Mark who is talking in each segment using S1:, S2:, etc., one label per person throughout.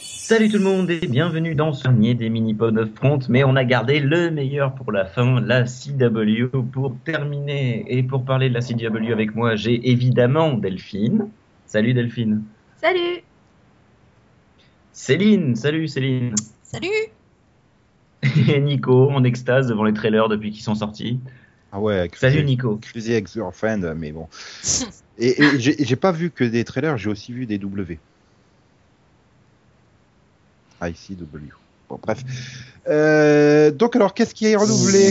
S1: Salut tout le monde et bienvenue dans ce dernier des mini-pods of front, mais on a gardé le meilleur pour la fin, la CW, pour terminer. Et pour parler de la CW avec moi, j'ai évidemment Delphine. Salut Delphine.
S2: Salut
S1: Céline, salut Céline.
S3: Salut
S1: Et Nico, en extase devant les trailers depuis qu'ils sont sortis.
S4: Ah ouais,
S1: Salut Nico.
S4: Crazy Ex-Girlfriend, mais bon. Et, et j'ai j'ai pas vu que des trailers, j'ai aussi vu des W. ICW. Bon, bref. Euh, donc, alors, qu'est-ce qui est renouvelé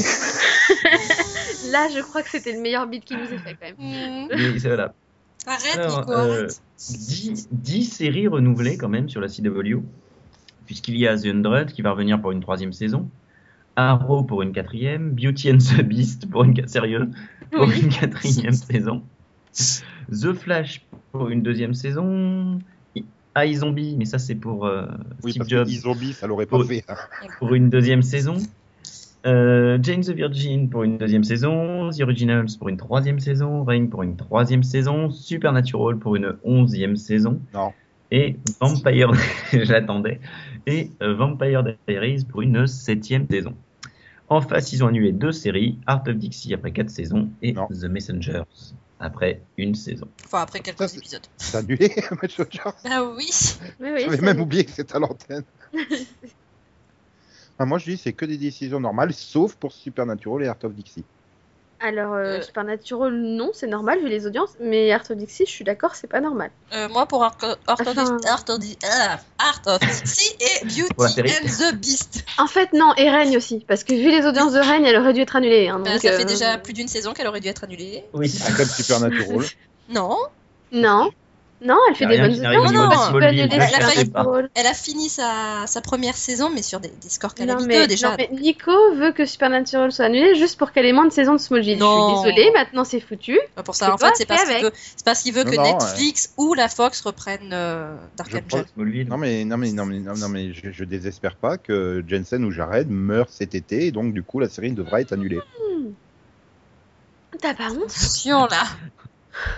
S2: Là, je crois que c'était le meilleur beat qui nous est fait quand même.
S3: Mmh.
S1: Oui, c'est voilà.
S3: Arrête,
S1: Alors,
S3: Nico,
S1: euh,
S3: arrête.
S1: 10, séries renouvelées quand même sur la CW, puisqu'il y a The Hundred qui va revenir pour une troisième saison, Arrow pour une quatrième, Beauty and the Beast pour une quat- sérieux pour
S2: Oui.
S1: une quatrième saison, The Flash pour une deuxième saison, I Zombie mais ça c'est pour euh,
S4: Oui,
S1: Steve
S4: parce
S1: Jobs
S4: que zombie, ça l'aurait pas
S1: Oh.
S4: fait. hein.
S1: pour une deuxième saison. Euh, Jane the Virgin pour une deuxième saison, The Originals pour une troisième saison, Reign pour une troisième saison, Supernatural pour une onzième saison.
S4: Non.
S1: Et Vampire, j'attendais, et euh, Vampire Diaries pour une septième saison. En face, ils ont annulé deux séries, Art of Dixie après quatre saisons et
S4: Non.
S1: The Messengers après une saison.
S3: Enfin, après quelques
S4: Ça, c'est-
S3: épisodes.
S4: C'est annulé, Match of Charles.
S3: Ah oui
S2: Bah Oui, oui,
S4: J'avais
S2: c'est-
S4: même oublié que c'était à l'antenne. Ah, moi, je dis, c'est que des décisions normales, sauf pour Supernatural et Art of Dixie.
S2: Alors, euh,
S3: Euh.
S2: Supernatural, non, c'est normal vu les audiences, mais Art of Dixie, je suis d'accord, c'est pas normal.
S3: Euh, Moi, pour Art of, Art
S2: Enfin.
S3: of, Art of, ah, Art of Dixie et Beauty
S1: Pour la série.
S3: and the Beast.
S2: En fait, non, et Reign aussi, parce que vu les audiences de Reign, elle aurait dû être annulée. hein,
S3: Ben,
S2: donc,
S3: ça
S2: euh,
S3: fait déjà plus d'une saison qu'elle aurait dû être annulée.
S1: Oui,
S4: Ah, comme Supernatural.
S3: Non,
S2: Non, non, elle fait
S1: Y a
S2: des
S1: rien
S2: bonnes
S1: qui n'arrive
S2: audiences.
S3: au niveau
S2: pourquoi tu peux
S1: d'Asmodee,
S2: annuler
S3: on l'a fait
S2: Supernatural
S3: elle a fini sa, sa première saison, mais sur des, des scores
S2: non
S3: calamiteux
S2: mais,
S3: déjà.
S2: non, mais Nico veut que Supernatural soit annulé juste pour qu'elle ait moins de saisons de Smallville. Je suis
S3: Non.
S2: désolée, maintenant c'est foutu.
S3: Pas Pour
S2: C'est
S3: ça, en
S2: toi,
S3: fait, c'est
S2: fais
S3: parce qu'il
S2: avec.
S3: veut, c'est parce qu'il veut
S4: Non,
S3: que
S4: non,
S3: Netflix ou la Fox reprennent euh, Dark
S4: Je
S3: Angel.
S1: Smallville.
S4: Non, mais, non, mais, non, mais, non, non, mais je, je désespère pas que Jensen ou Jared meurent cet été, et donc, du coup, la série devra être annulée.
S2: T'as pas honte
S3: Attention là,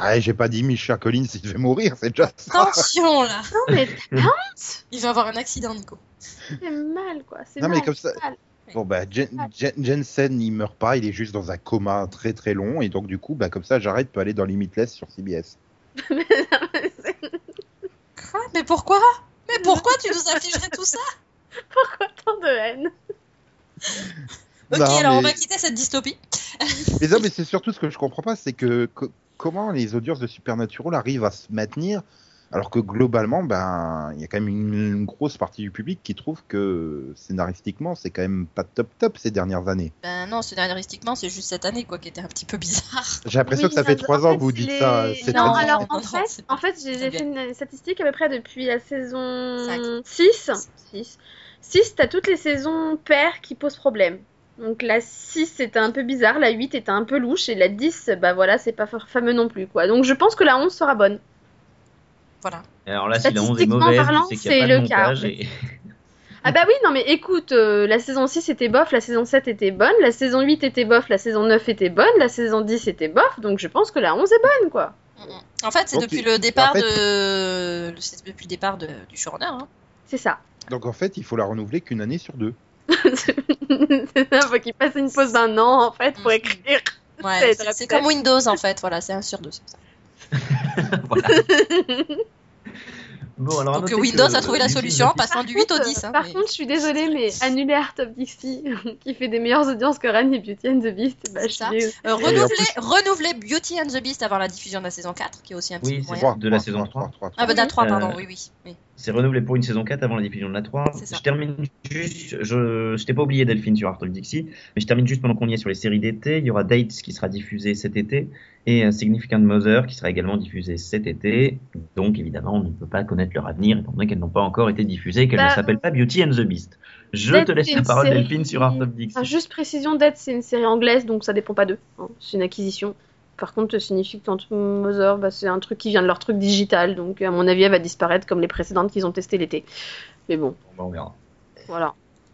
S4: Ah, j'ai pas dit Micha Collins, il devait mourir, c'est déjà ça.
S3: attention là.
S2: Non mais t'as pas
S3: Il va avoir un accident, Nico.
S2: honte C'est mal quoi, c'est
S4: Non, mais
S2: mal.
S4: comme ça-
S2: c'est mal.
S4: Bon, bah, Jen- Jen- Jensen, il meurt pas, il est juste dans un coma très très long, et donc du coup, bah, comme ça, Jared peut aller dans Limitless sur CBS.
S3: Quoi Mais pourquoi Mais pourquoi tu nous infligerais tout ça
S2: Pourquoi tant de haine
S3: Ok,
S4: Non,
S3: alors on
S4: mais-
S3: va quitter cette dystopie.
S4: Mais non, mais c'est surtout ce que je comprends pas, c'est que co- comment les audiences de Supernatural arrivent à se maintenir, alors que globalement, ben, il y a quand même une, une grosse partie du public qui trouve que scénaristiquement, c'est quand même pas top top ces dernières années.
S3: Ben non, ce dernieristiquement, c'est juste cette année, quoi, qui était un petit peu bizarre.
S4: J'ai l'impression
S2: Oui,
S4: que ça fait
S2: ça-
S4: trois
S2: en
S4: ans
S2: fait,
S4: que vous dites
S2: les-
S4: ça. euh, cette
S3: Non,
S2: Non,
S4: année.
S2: alors en
S3: non, non,
S2: fait,
S3: c'est pas-
S2: en fait j'ai j'ai
S3: bien.
S2: fait une statistique à peu près depuis la saison
S3: Cinq.
S2: 6. 6, 6 t'as toutes les saisons paires qui posent problème. Donc la 6 c'était un peu bizarre, la 8 était un peu louche et la 10, bah voilà, c'est pas fa- fameux non plus quoi. Donc je pense que la 11 sera bonne.
S3: Voilà.
S1: Alors là, si la 11 est
S2: Statistiquement
S1: mauvaise,
S2: parlant,
S1: c'est qu'il n'y a
S2: c'est
S1: pas de
S2: le cas, en
S1: montage.
S2: fait.
S1: et-
S2: Ah bah oui, non mais écoute, euh, la saison 6 était bof, la saison 7 était bonne, la saison 8 était bof, la saison 9 était bonne, la saison 10 était bof, donc je pense que la 11 est bonne quoi.
S3: Mm-mm. En fait, c'est
S4: Ok.
S3: depuis le départ
S4: En fait-
S3: de, le- c'est depuis le départ de- du showrunner. hein.
S2: C'est ça.
S4: Donc en fait, il faut la renouveler qu'une année sur deux.
S2: c'est ça, faut qu'il passe une pause d'un an en fait pour
S3: Mhm.
S2: écrire.
S3: Ouais,
S2: C'est
S3: c'est-
S2: très
S3: c'est
S2: peut-être.
S3: comme Windows en fait. Voilà, c'est un sur deux. c'est pour ça.
S1: Voilà. Bon, alors, à
S3: Donc
S1: noter
S3: Windows
S1: que
S3: a trouvé la
S1: Beauty and the
S3: solution en
S1: Beast-
S3: passant du 8 au 10. hein,
S2: Par
S3: mais-
S2: contre, je suis désolée, mais annuler Art of Dixie, qui fait des meilleures audiences que Ren et Beauty and the Beast, bah,
S3: C'est
S2: je suis
S3: ça.
S2: désolée.
S3: Euh,
S4: en
S3: renouveler, renouveler Beauty and the Beast avant la diffusion de la saison 4, qui est aussi un petit
S1: Oui,
S3: peu
S1: c'est
S3: moyen.
S1: Trois, de la
S4: trois,
S1: saison
S4: trois,
S1: trois.
S4: trois, trois,
S3: Ah bah
S4: trois.
S3: la 3,
S1: Euh,
S3: pardon, oui, oui. oui.
S1: C'est renouvelé pour une saison 4 avant la diffusion de la 3.
S3: C'est ça.
S1: Je termine juste, je, je t'ai pas oublié Delphine sur Art of Dixie, mais je termine juste pendant qu'on y est sur les séries d'été. Il y aura Dates qui sera diffusée cet été et euh, Significant Mother qui sera également diffusée cet été. Donc évidemment, on ne peut pas connaître leur avenir étant donné qu'elles n'ont pas encore été diffusées et qu'elles
S2: Bah,
S1: ne s'appellent pas Beauty and the Beast. Je
S2: Dates,
S1: te laisse
S2: c'est
S1: la
S2: une
S1: parole
S2: série-
S1: Delphine sur Art of Dixie.
S2: Enfin, juste précision, Dead, c'est une série anglaise, donc ça dépend pas d'eux. hein. C'est une acquisition. Par contre, Significant Mother, bah, c'est un truc qui vient de leur truc digital, donc à mon avis, elle va disparaître comme les précédentes qu'ils ont testées l'été. Mais bon,
S1: Bon, bah, on verra.
S2: voilà.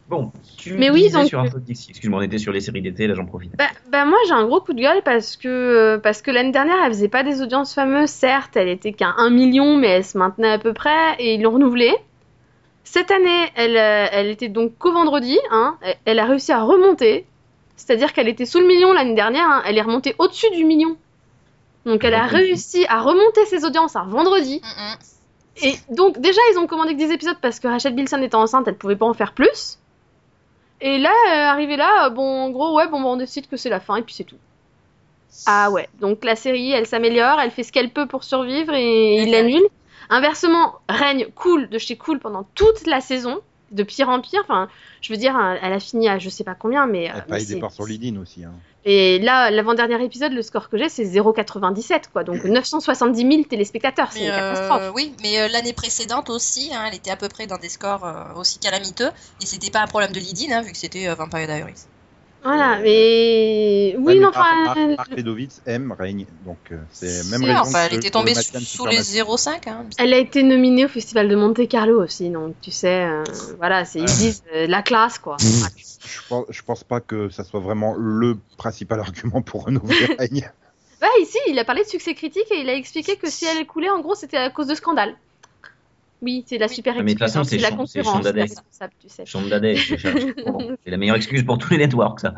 S1: Bon, tu
S2: Mais oui,
S1: disais
S2: donc-
S1: sur Art of Dixie. Excuse-moi, on était sur les séries d'été, là j'en profite.
S2: Bah, bah, moi j'ai un gros coup de gueule parce que euh, parce que l'année dernière elle faisait pas des audiences fameuses certes elle était qu'à 1 million mais elle se maintenait à peu près et ils l'ont renouvelée Cette année, elle, euh, elle était donc qu'au vendredi. hein. Elle- Elle a réussi à remonter. C'est-à-dire qu'elle était sous le million l'année dernière. hein. Elle est remontée au-dessus du million. Donc elle a
S1: Vendredi.
S2: réussi à remonter ses audiences un vendredi.
S3: Mm, mm.
S2: Et donc déjà ils ont commandé que 10 épisodes parce que Rachel Bilson était enceinte, elle pouvait pas en faire plus. Et là, euh, arrivé là, euh, bon, en gros, ouais, bon, bah, on décide que c'est la fin et puis c'est tout. Ah ouais, donc la série, elle s'améliore, elle fait ce qu'elle peut pour survivre et il l'annule. Inversement, règne cool de chez cool pendant toute la saison, de pire en pire. Enfin, je veux dire, elle a fini à je sais pas combien, mais. euh,
S4: Elle
S2: mais
S4: paye des
S2: c'est-
S4: parts sur LinkedIn aussi. hein.
S2: Et là, l'avant-dernier épisode, le score que j'ai, c'est 0,97 quoi. Donc 970 000 téléspectateurs, c'est
S3: Mais,
S2: une
S3: euh,
S2: catastrophe.
S3: oui, mais euh, l'année précédente aussi, hein, elle était à peu près dans des scores euh, aussi calamiteux. Et c'était pas un problème de lead-in, hein, vu que c'était euh, Vampire Diaries.
S1: Euh,
S2: Voilà, mais.
S4: Ouais,
S2: Oui,
S4: mais
S2: non,
S4: Marc-
S2: enfin. euh,
S4: Marc- Marc Ledovic aime règne, donc euh, c'est même
S3: Si,
S4: raison
S3: enfin, elle
S4: que-
S3: était
S4: que
S3: tombée
S4: Mad
S3: sous,
S4: Men
S3: sous les 0,5. hein.
S2: Elle a été nominée au Festival de Monte Carlo aussi, donc tu sais, euh, voilà, c'est, ils disent euh, la classe, quoi.
S1: Mmh.
S4: Superman. Je pense, je pense pas que ça soit vraiment le principal argument pour renouveler règne.
S2: Bah, ici, il a parlé de succès critique et il a expliqué que si elle coulait, en gros, c'était à cause de scandale. Oui, c'est la super
S1: Ah, mais de toute façon,
S2: excuse, hein,
S1: c'est
S2: la
S1: Shand- c'est
S2: concurrence, c'est
S1: Shonda Day.
S2: responsable, tu sais.
S1: Shonda Day, je cherche. Bon, c'est la meilleure excuse pour tous les networks, ça.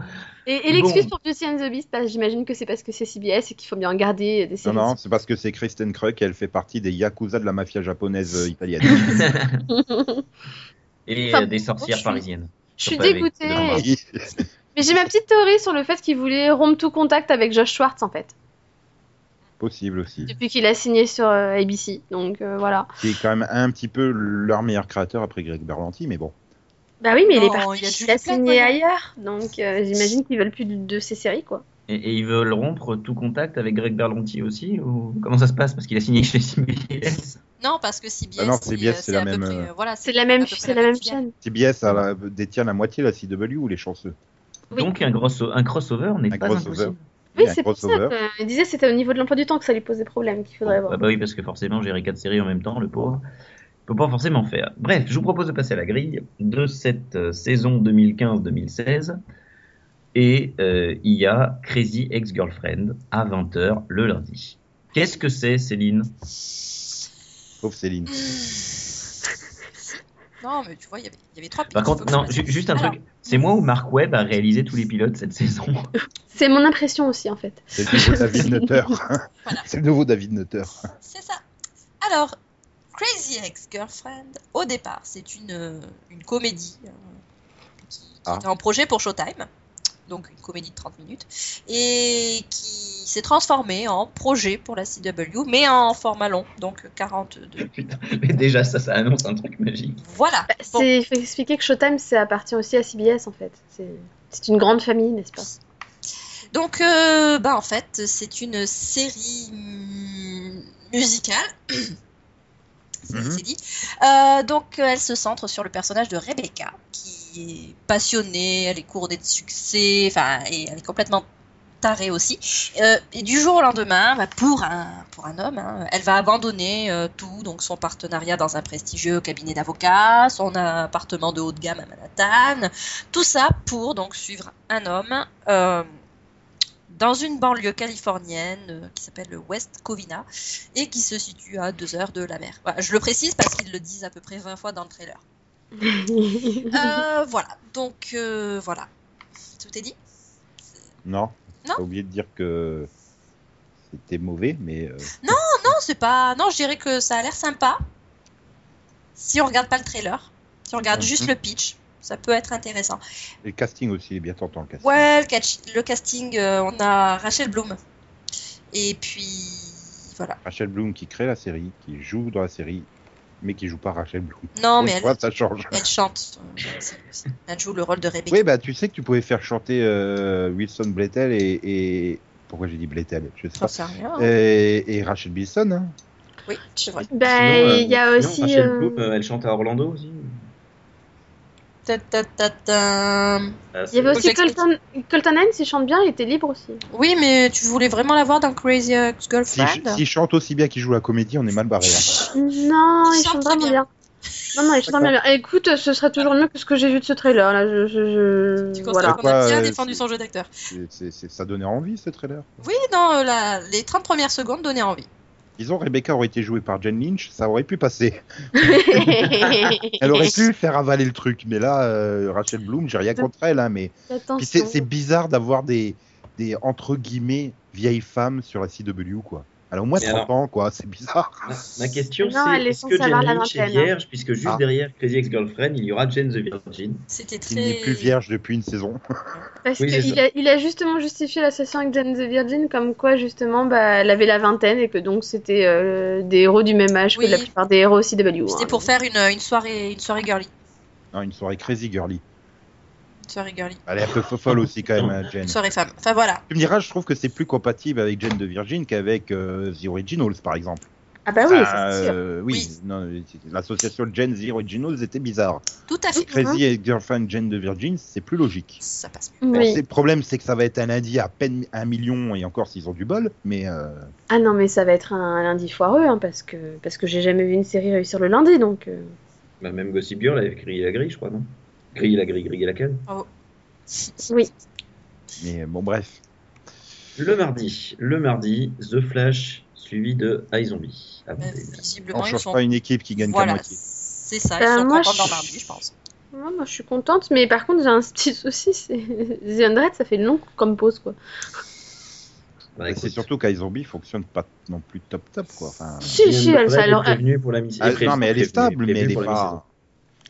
S2: Et, et l'excuse
S1: Bon.
S2: pour Beauty and the Beast, bah, j'imagine que c'est parce que c'est CBS et qu'il faut bien garder des
S4: Non,
S2: séries.
S4: non, c'est parce que c'est Kristen Krug et elle fait partie des yakuza de la mafia japonaise euh, italienne.
S1: Et
S2: Enfin,
S1: euh, des sorcières
S2: je suis-
S1: parisiennes.
S2: Je suis
S1: Faut pas avec-
S2: dégoûtée.
S1: devant moi.
S4: Oui.
S2: Mais j'ai ma petite théorie sur le fait qu'il voulait rompre tout contact avec Josh Schwartz, en fait,
S4: Possible aussi.
S2: depuis qu'il a signé sur euh, ABC. Donc euh, voilà.
S4: Qui est quand même un petit peu leur meilleur créateur après Greg Berlanti, mais bon.
S2: Bah oui, mais il est
S3: Non,
S2: parti.
S3: il y a
S2: Il,
S3: Julie
S2: a
S3: Platt,
S2: signé
S3: voyons.
S2: ailleurs. Donc euh, j'imagine qu'ils veulent plus de, de ces séries, quoi.
S1: Et, et ils veulent rompre tout contact avec Greg Berlanti aussi ou Comment ça se passe Parce qu'il a signé chez CBS.
S3: Non, parce que CBS,
S4: Ah non,
S3: c'est,
S4: CBS,
S3: euh,
S4: c'est la
S3: à peu
S4: même,
S3: près,
S4: euh,
S3: euh, voilà,
S2: C'est la même,
S3: à peu près
S2: c'est la même
S3: filiale.
S2: chaîne.
S4: CBS elle, a- détient la moitié de la CW, les chanceux.
S2: Oui.
S1: Donc un, grosso- un crossover n'est
S4: Un
S1: pas
S4: crossover.
S1: impossible.
S4: Il
S2: Oui,
S4: y a un
S2: c'est pour ça
S4: crossover.
S2: qu'il disait que c'était au niveau de l'emploi du temps que ça lui posait problème, qu'il faudrait voir.
S1: Ah bah oui, parce que forcément, gérer quatre séries en même temps, le pauvre. Il peut pas forcément faire. Bref, je vous propose de passer à la grille de cette euh, saison 2015-2016. Et euh, il y a Crazy Ex-Girlfriend à 20h le lundi. Qu'est-ce que c'est, Céline
S4: Sauf Céline.
S3: Non, mais tu vois, il y avait- il y avait trois
S1: Par
S3: pics,
S1: contre,
S3: faut
S1: non,
S3: que je
S1: ju-
S3: fasse.
S1: juste un
S3: Alors,
S1: truc. C'est moi ou Mark Webb a réalisé tous les pilotes cette saison
S2: C'est mon impression aussi, en fait.
S4: C'est le nouveau David Nutter. C'est le nouveau David Nutter.
S3: C'est ça. Alors, Crazy Ex-Girlfriend, au départ, c'est une, euh, une comédie euh, qui, qui
S4: Ah.
S3: était en projet pour Showtime, donc une comédie de 30 minutes, et qui s'est transformée en projet pour la CW, mais en format long, donc 42.
S1: Putain, mais déjà, ça, ça annonce un truc magique.
S3: Voilà.
S2: Bah,
S3: Bon.
S2: c'est- Il faut expliquer que Showtime, ça appartient aussi à CBS, en fait. C'est c'est une grande famille, n'est-ce pas
S3: Donc, euh, bah, en fait, c'est une série mm, musicale. C'est-
S4: Mhm.
S3: C'est dit. Euh, donc, euh, elle se centre sur le personnage de Rebecca, qui est passionnée, elle est couronnée de succès, enfin, et elle est complètement tarée aussi. Euh, et du jour au lendemain, bah, pour, un, pour un homme, hein, elle va abandonner euh, tout, donc son partenariat dans un prestigieux cabinet d'avocats, son appartement de haut de gamme à Manhattan, tout ça pour donc suivre un homme. euh, dans une banlieue californienne euh, qui s'appelle le West Covina et qui se situe à deux heures de la mer. Voilà, je le précise parce qu'ils le disent à peu près 20 fois dans le trailer. Euh, voilà, donc euh, voilà. Tout est dit
S4: Non,
S3: Non.
S4: t'as oublié de dire que c'était mauvais, mais euh,
S3: Non, c'est pas. Non, je dirais que ça a l'air sympa. Si on regarde pas le trailer, si on regarde
S4: Mhm.
S3: juste le pitch, ça peut être intéressant.
S4: le casting aussi il est bien tentant. Le casting.
S3: Ouais, le, catch- le casting, euh, on a Rachel Bloom. Et puis voilà.
S4: Rachel Bloom qui crée la série, qui joue dans la série, mais qui joue pas Rachel Bloom.
S3: Non,
S4: Pour
S3: mais
S4: une
S3: elle,
S4: fois, ça change.
S3: elle chante. Euh, c'est- c'est- Elle joue le rôle de Rebecca.
S4: Oui, bah tu sais que tu pouvais faire chanter euh, Wilson Blettel et, et- pourquoi j'ai dit Blettel, je sais
S3: J'en
S4: pas.
S3: sais rien.
S4: Et, et Rachel Bilson. hein.
S3: Oui, c'est vrai.
S2: Bah,
S1: Sinon, euh,
S2: il y a
S1: sinon,
S2: aussi.
S1: Rachel
S2: euh,
S1: Bloom, euh, elle chante à Orlando aussi.
S3: Ta, ta, ta, ta.
S1: Ah,
S2: Il y avait
S1: c'est-
S3: Faut
S2: aussi
S3: que j'explique.
S2: Colton, Colton Haynes, il chante bien, il était libre aussi.
S3: Oui, mais tu voulais vraiment la voir dans Crazy
S4: S'il
S3: Ex-Girlfriend
S4: s'il chante aussi bien qu'il joue la comédie, on est mal barré. hein.
S2: Non,
S3: Il
S2: ils
S3: chante
S2: chantent
S3: très
S2: vraiment bien.
S3: bien.
S2: Non, non, ils chantent vraiment bien. Écoute, ce serait toujours mieux que ce que j'ai vu de ce trailer. Là, je, je, je...
S3: Tu
S2: Voilà.
S3: constates qu'on a
S4: Quoi,
S3: bien
S4: euh,
S3: défendu son jeu d'acteur.
S4: C'est- c'est- c'est- ça donnait envie ce trailer.
S3: Oui, non, euh, la- les 30 premières secondes donnaient envie.
S4: Disons, Rebecca aurait été jouée par Jen Lynch, ça aurait pu passer. Elle aurait pu faire avaler le truc, mais là, euh, Rachel Bloom, j'ai rien contre elle, hein, mais Puis c'est c'est bizarre d'avoir des, des entre guillemets vieilles femmes sur la CW, quoi. Alors au moins
S1: Mais
S4: 30
S1: alors-
S4: ans, quoi, c'est bizarre.
S1: Ma, ma question,
S2: Non,
S1: c'est
S2: elle est
S1: est-ce
S2: censée
S1: que Jen
S2: avoir la
S1: Lynch est
S2: vingtaine, hein.
S1: vierge, puisque juste
S4: Ah.
S1: derrière Crazy Ex-Girlfriend, il y aura Jane the Virgin.
S3: C'était très.
S4: Il n'est plus vierge depuis une saison.
S2: Parce
S1: Oui, c'est
S2: qu'il
S1: ça.
S2: a, il a justement justifié l'assassin avec Jane the Virgin comme quoi justement bah, elle avait la vingtaine et que donc c'était euh, des héros du même âge
S3: Oui.
S2: que la plupart des héros CW. hein.
S3: C'était pour faire une, une soirée, une soirée girly.
S4: Non, une soirée crazy girly.
S3: Une soirée girly.
S4: Elle est un peu folle aussi quand même, hein, Jen.
S3: Une soirée femme. Enfin voilà.
S4: Tu me diras, je trouve que c'est plus compatible avec Jane de Virgin qu'avec euh, The Originals, par exemple.
S2: Ah bah oui,
S4: Ah,
S2: c'est sûr.
S4: euh, oui, non, l'association Jane The Originals était bizarre.
S3: Tout
S2: Ah
S3: à fait.
S4: Crazy et Girlfriend Jane de Virgin, c'est plus logique.
S3: Ça passe. mieux.
S4: Bon,
S2: hein. Oui.
S4: c'est- le problème, c'est que ça va être un lundi à peine un million, et encore s'ils ont du bol, mais euh,
S2: Ah non mais ça va être un lundi foireux hein, parce que parce que j'ai jamais vu une série réussir le lundi donc. euh.
S1: Bah, même Gossip Girl avait grillé la grille, je crois, non Grillé la grille, grillé la canne.
S2: Oui.
S4: mais bon, bref.
S1: Le mardi, le mardi, The Flash, suivi de iZombie. Ah,
S3: Mais
S1: bon, c'est-
S4: On
S3: Euh, visiblement, ils
S4: change
S3: sont.
S4: pas une équipe qui gagne qu'à
S3: Voilà.
S4: moitié.
S3: C'est ça. Ils
S2: Euh,
S3: sont
S2: moi,
S3: contents
S2: je-
S3: d'un mardi, je pense.
S2: Ouais, moi je suis contente mais par contre j'ai un petit souci c'est The Undread ça fait long comme pause quoi.
S1: bah,
S4: Mais
S1: écoute,
S4: Ah, C'est surtout qu'Aizombi fonctionne pas non plus top top, quoi. Enfin,
S2: Si si
S1: Diane
S2: elle,
S1: Black
S2: ça-
S1: est
S2: alors, elle,
S1: prévenue pour la mi-
S4: ah,
S1: est pré-
S4: non, mais elle est
S1: prévenue-
S4: stable, mais
S1: prévenue
S4: elle est
S1: pour la mi-saison.
S4: pas.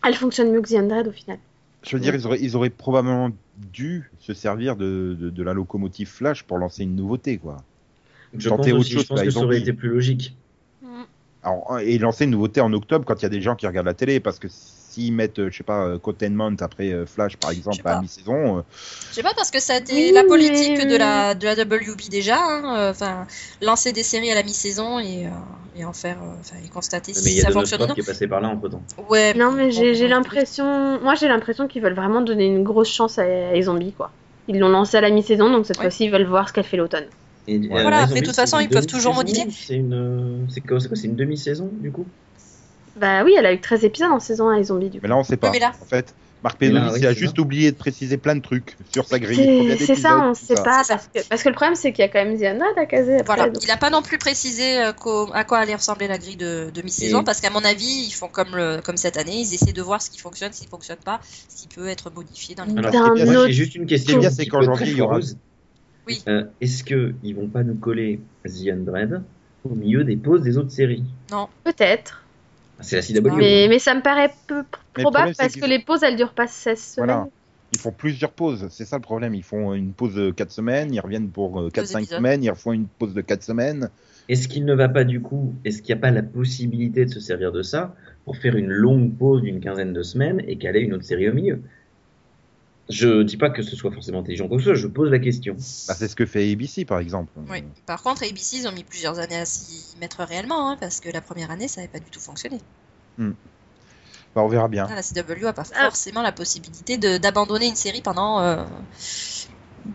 S2: elle fonctionne mieux que The Undread au final.
S4: Je veux dire, ils auraient, ils auraient probablement dû se servir de, de, de la locomotive Flash pour lancer une nouveauté, quoi.
S1: Je pense,
S4: Tenter autre
S1: aussi, je
S4: chose,
S1: pense
S4: bah,
S1: que ça aurait
S4: iZombie.
S1: été plus logique.
S3: Hmm.
S4: Alors, et lancer une nouveauté en octobre quand il y a des gens qui regardent la télé, parce que s'ils mettent, euh, je sais pas, euh, Containment après euh, Flash, par exemple,
S3: pas.
S4: à mi-saison, euh,
S3: Je sais pas parce que ça a été
S2: Oui,
S3: la politique
S2: mais-
S3: de la de la WB déjà. hein, Enfin, lancer des séries à la mi-saison et, euh, et en faire, euh, enfin, et constater
S1: Mais il
S3: si
S1: y a
S3: ça
S1: Donald
S3: fonctionne ou
S1: Trump
S3: non.
S1: qui est passé par là entre temps.
S3: Ouais.
S2: Non, mais j'ai
S3: bon, bah,
S2: j'ai
S3: bon,
S2: l'impression. Moi, j'ai l'impression qu'ils veulent vraiment donner une grosse chance à, à Zombie, quoi. Ils l'ont lancé à la mi-saison, donc cette
S3: Ouais.
S2: fois-ci, ils veulent voir ce qu'elle fait l'automne.
S1: Et, et,
S4: Voilà,
S1: euh,
S3: après, de
S1: iZombie,
S3: toute
S1: c'est
S3: façon,
S1: une
S3: ils peuvent toujours
S1: demi-saison
S3: modifier.
S1: C'est une, euh, c'est quoi, c'est quoi, c'est une demi-saison du coup
S2: Bah oui, elle a eu 13 épisodes en saison 1 à Zombie, du coup.
S4: mais là on sait pas.
S3: mais là-
S4: En fait, Marc
S1: Mais là,
S4: Pedoni,
S1: oui,
S4: il a
S1: c'est
S4: juste
S1: ça.
S4: oublié de préciser plein de trucs sur sa grille. combien
S2: C'est
S4: d'épisodes,
S2: c'est ça, on
S4: tout
S2: sait pas. Parce que, parce que le problème, c'est qu'il y a quand même Diana à caser après.
S3: Voilà,
S2: donc-
S3: il n'a pas non plus précisé euh, qu'au- à quoi allait ressembler la grille de, de mi-saison,
S1: Et-
S3: parce qu'à mon avis, ils font comme, le- comme cette année, ils essaient de voir ce qui fonctionne, ce qui ne fonctionne pas, ce qui peut être modifié dans les...
S2: D'un
S4: Alors, ce qui est bien,
S1: Moi,
S2: autre-
S1: j'ai juste une question.
S4: Ce qui est bien,
S1: un
S4: c'est
S1: petit
S4: qu'en
S1: peu
S4: janvier,
S1: très
S4: il y aura-
S1: foireuse.
S3: Oui.
S1: Euh, Est-ce que ils vont pas nous coller The Undread au milieu des pauses des autres séries Ah,
S2: Peut-être.
S1: C'est la CW.
S2: Mais, mais ça me paraît peu pr-
S4: Mais le
S2: probable
S4: problème, c'est
S2: parce
S4: qu'ils
S2: que
S4: ont-
S2: les pauses, elles durent pas 16 semaines.
S4: Voilà. Ils font plusieurs pauses, c'est ça le problème. Ils font euh, une pause de 4 semaines, ils reviennent pour
S3: Deux
S4: 4-5
S3: épisodes.
S4: semaines, ils refont une pause de 4 semaines.
S1: Est-ce qu'il ne va pas du coup Est-ce qu'il n'y a pas la possibilité de se servir de ça pour faire une longue pause d'une quinzaine de semaines et caler une autre série au milieu Je dis pas que ce soit forcément intelligent comme ça. Je pose la question.
S4: Bah, c'est ce que fait ABC par exemple.
S3: Oui. Par contre, ABC, ils ont mis plusieurs années à s'y mettre réellement, hein, parce que la première année, ça n'avait pas du tout fonctionné.
S4: Bah, on verra bien.
S3: Là, la CW n'a pas
S2: Ah.
S3: forcément la possibilité de- d'abandonner une série pendant euh,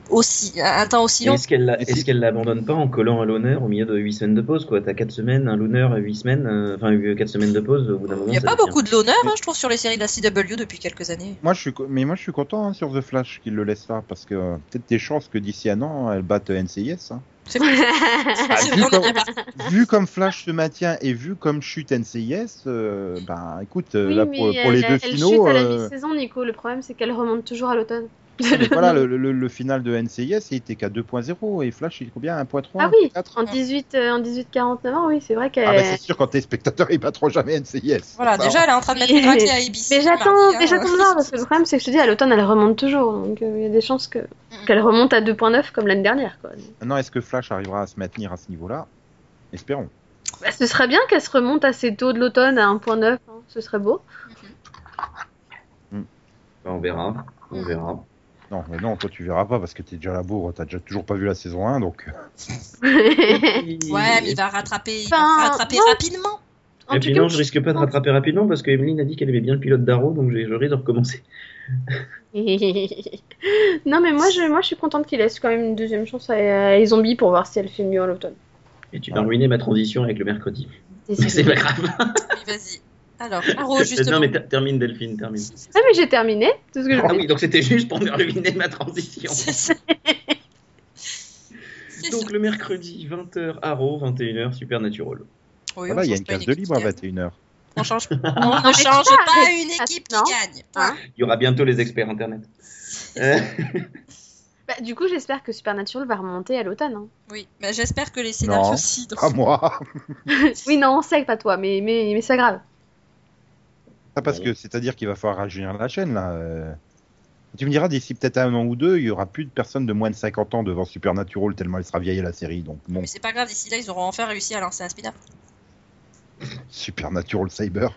S3: aussi, un temps aussi
S1: Et
S3: long.
S1: Est-ce qu'elle la-
S4: Et
S1: est-ce
S4: si-
S1: qu'elle l'abandonne pas en collant à l'honneur au milieu de 8 semaines de pause quoi T'as 4 semaines, un l'honneur, 8 semaines, euh, enfin 4 semaines de pause, au bout d'un
S3: Il
S1: moment.
S3: n'y a
S1: ça
S3: pas
S1: devient-
S3: beaucoup de l'honneur, hein, je trouve, sur les séries de la CW depuis quelques années.
S4: Moi, je suis, co- mais moi, je suis content hein, sur The Flash qu'ils le laissent là, parce que euh, peut-être des chances que d'ici un an, elles battent NCIS. hein.
S3: C'est vrai.
S4: Ah,
S3: C'est
S4: vu,
S3: vrai, on en a
S4: comme, vu comme Flash se maintient et vu comme chute NCIS, euh, ben écoute, euh,
S2: Oui,
S4: là,
S2: mais
S4: pour, pour
S2: elle,
S4: les deux
S2: elle
S4: finaux,
S2: chute à la
S4: euh,
S2: mi-saison, Nico. Le problème, c'est qu'elle remonte toujours à l'automne.
S4: voilà, le, le- le final de NCIS, il était qu'à 2.0 et Flash, il est combien 1.3
S2: Ah oui, Euh.
S4: 1.4?
S2: En 18, euh, en 18-49 ans, oui, c'est vrai qu'elle.
S4: hein. Ah bah, c'est sûr, quand t'es spectateur, ils battront jamais NCIS.
S3: Voilà,
S4: Ça,
S3: déjà, elle est en train de mettre
S2: Mais-
S3: une raclée à ABC.
S2: Mais j'attends,
S3: mardi,
S2: mais
S3: hein.
S2: j'attends de voir, parce que le problème c'est que je te dis, à l'automne elle remonte toujours, donc euh, il y a des chances que qu'elle remonte à 2.9 comme l'année dernière. Quoi.
S4: Maintenant, est-ce que Flash arrivera à se maintenir à ce niveau-là Espérons.
S2: Bah, ce serait bien qu'elle se remonte assez tôt de l'automne à 1.9, hein, ce serait beau.
S1: Enfin, on verra,
S3: Mm.
S1: on verra.
S4: Non, mais non, toi tu verras pas parce que t'es déjà à la bourre, t'as déjà toujours pas vu la saison 1, donc euh,
S3: Ouais, mais il va rattraper, il
S2: Enfin,
S3: va rattraper
S2: non.
S3: rapidement.
S2: en
S1: et
S2: tout
S1: puis
S2: cas,
S1: non, je risque pas de rattraper rapidement parce que Emeline a dit qu'elle aimait bien le pilote d'Arrow, donc je, je risque de recommencer.
S2: non mais moi je, moi je suis contente qu'il laisse quand même une deuxième chance à, à les zombies pour voir si elle fait mieux à l'automne.
S1: Et tu vas ruiner ma transition avec le mercredi. Mais C'est pas
S2: Désolée.
S1: grave.
S3: Oui, vas-y. Alors, Arrow,
S1: non,
S3: Oh, justement.
S1: mais ter- termine Delphine, termine.
S2: Ah mais j'ai terminé, tout ce que je
S1: Ah
S2: voulais
S1: oui, donc c'était juste pour me ruiner ma transition.
S3: C'est ça.
S1: Donc le mercredi, 20h Arrow, 21h Supernatural.
S3: Oui,
S4: Voilà,
S3: on
S4: il y a
S3: change
S4: une
S3: pas
S4: case de libre à
S3: équipe
S4: 21h.
S3: qui gagne. On change,
S2: Non,
S3: on
S2: mais
S3: change
S2: ça,
S3: pas
S2: arrête.
S3: une équipe
S2: Ah, Non. Ah,
S3: qui gagne. Point.
S1: Il y aura bientôt les experts internet. Euh,
S2: Bah, du coup, j'espère que Supernatural va remonter à l'automne. hein.
S3: Oui, mais j'espère que les scénarios
S4: Non.
S3: aussi. donc-
S4: À Ah, moi
S2: oui, non, on sait que pas toi, mais, mais, mais c'est grave.
S4: Ah, parce que c'est-à-dire qu'il va falloir rajeunir la chaîne là. euh. Tu me diras d'ici peut-être un an ou deux, il y aura plus de personnes de moins de 50 ans devant Supernatural tellement elle sera vieille la série. Donc bon,
S3: Mais c'est pas grave, d'ici là, ils auront enfin réussi à lancer un spin-off.
S4: Supernatural Cyber.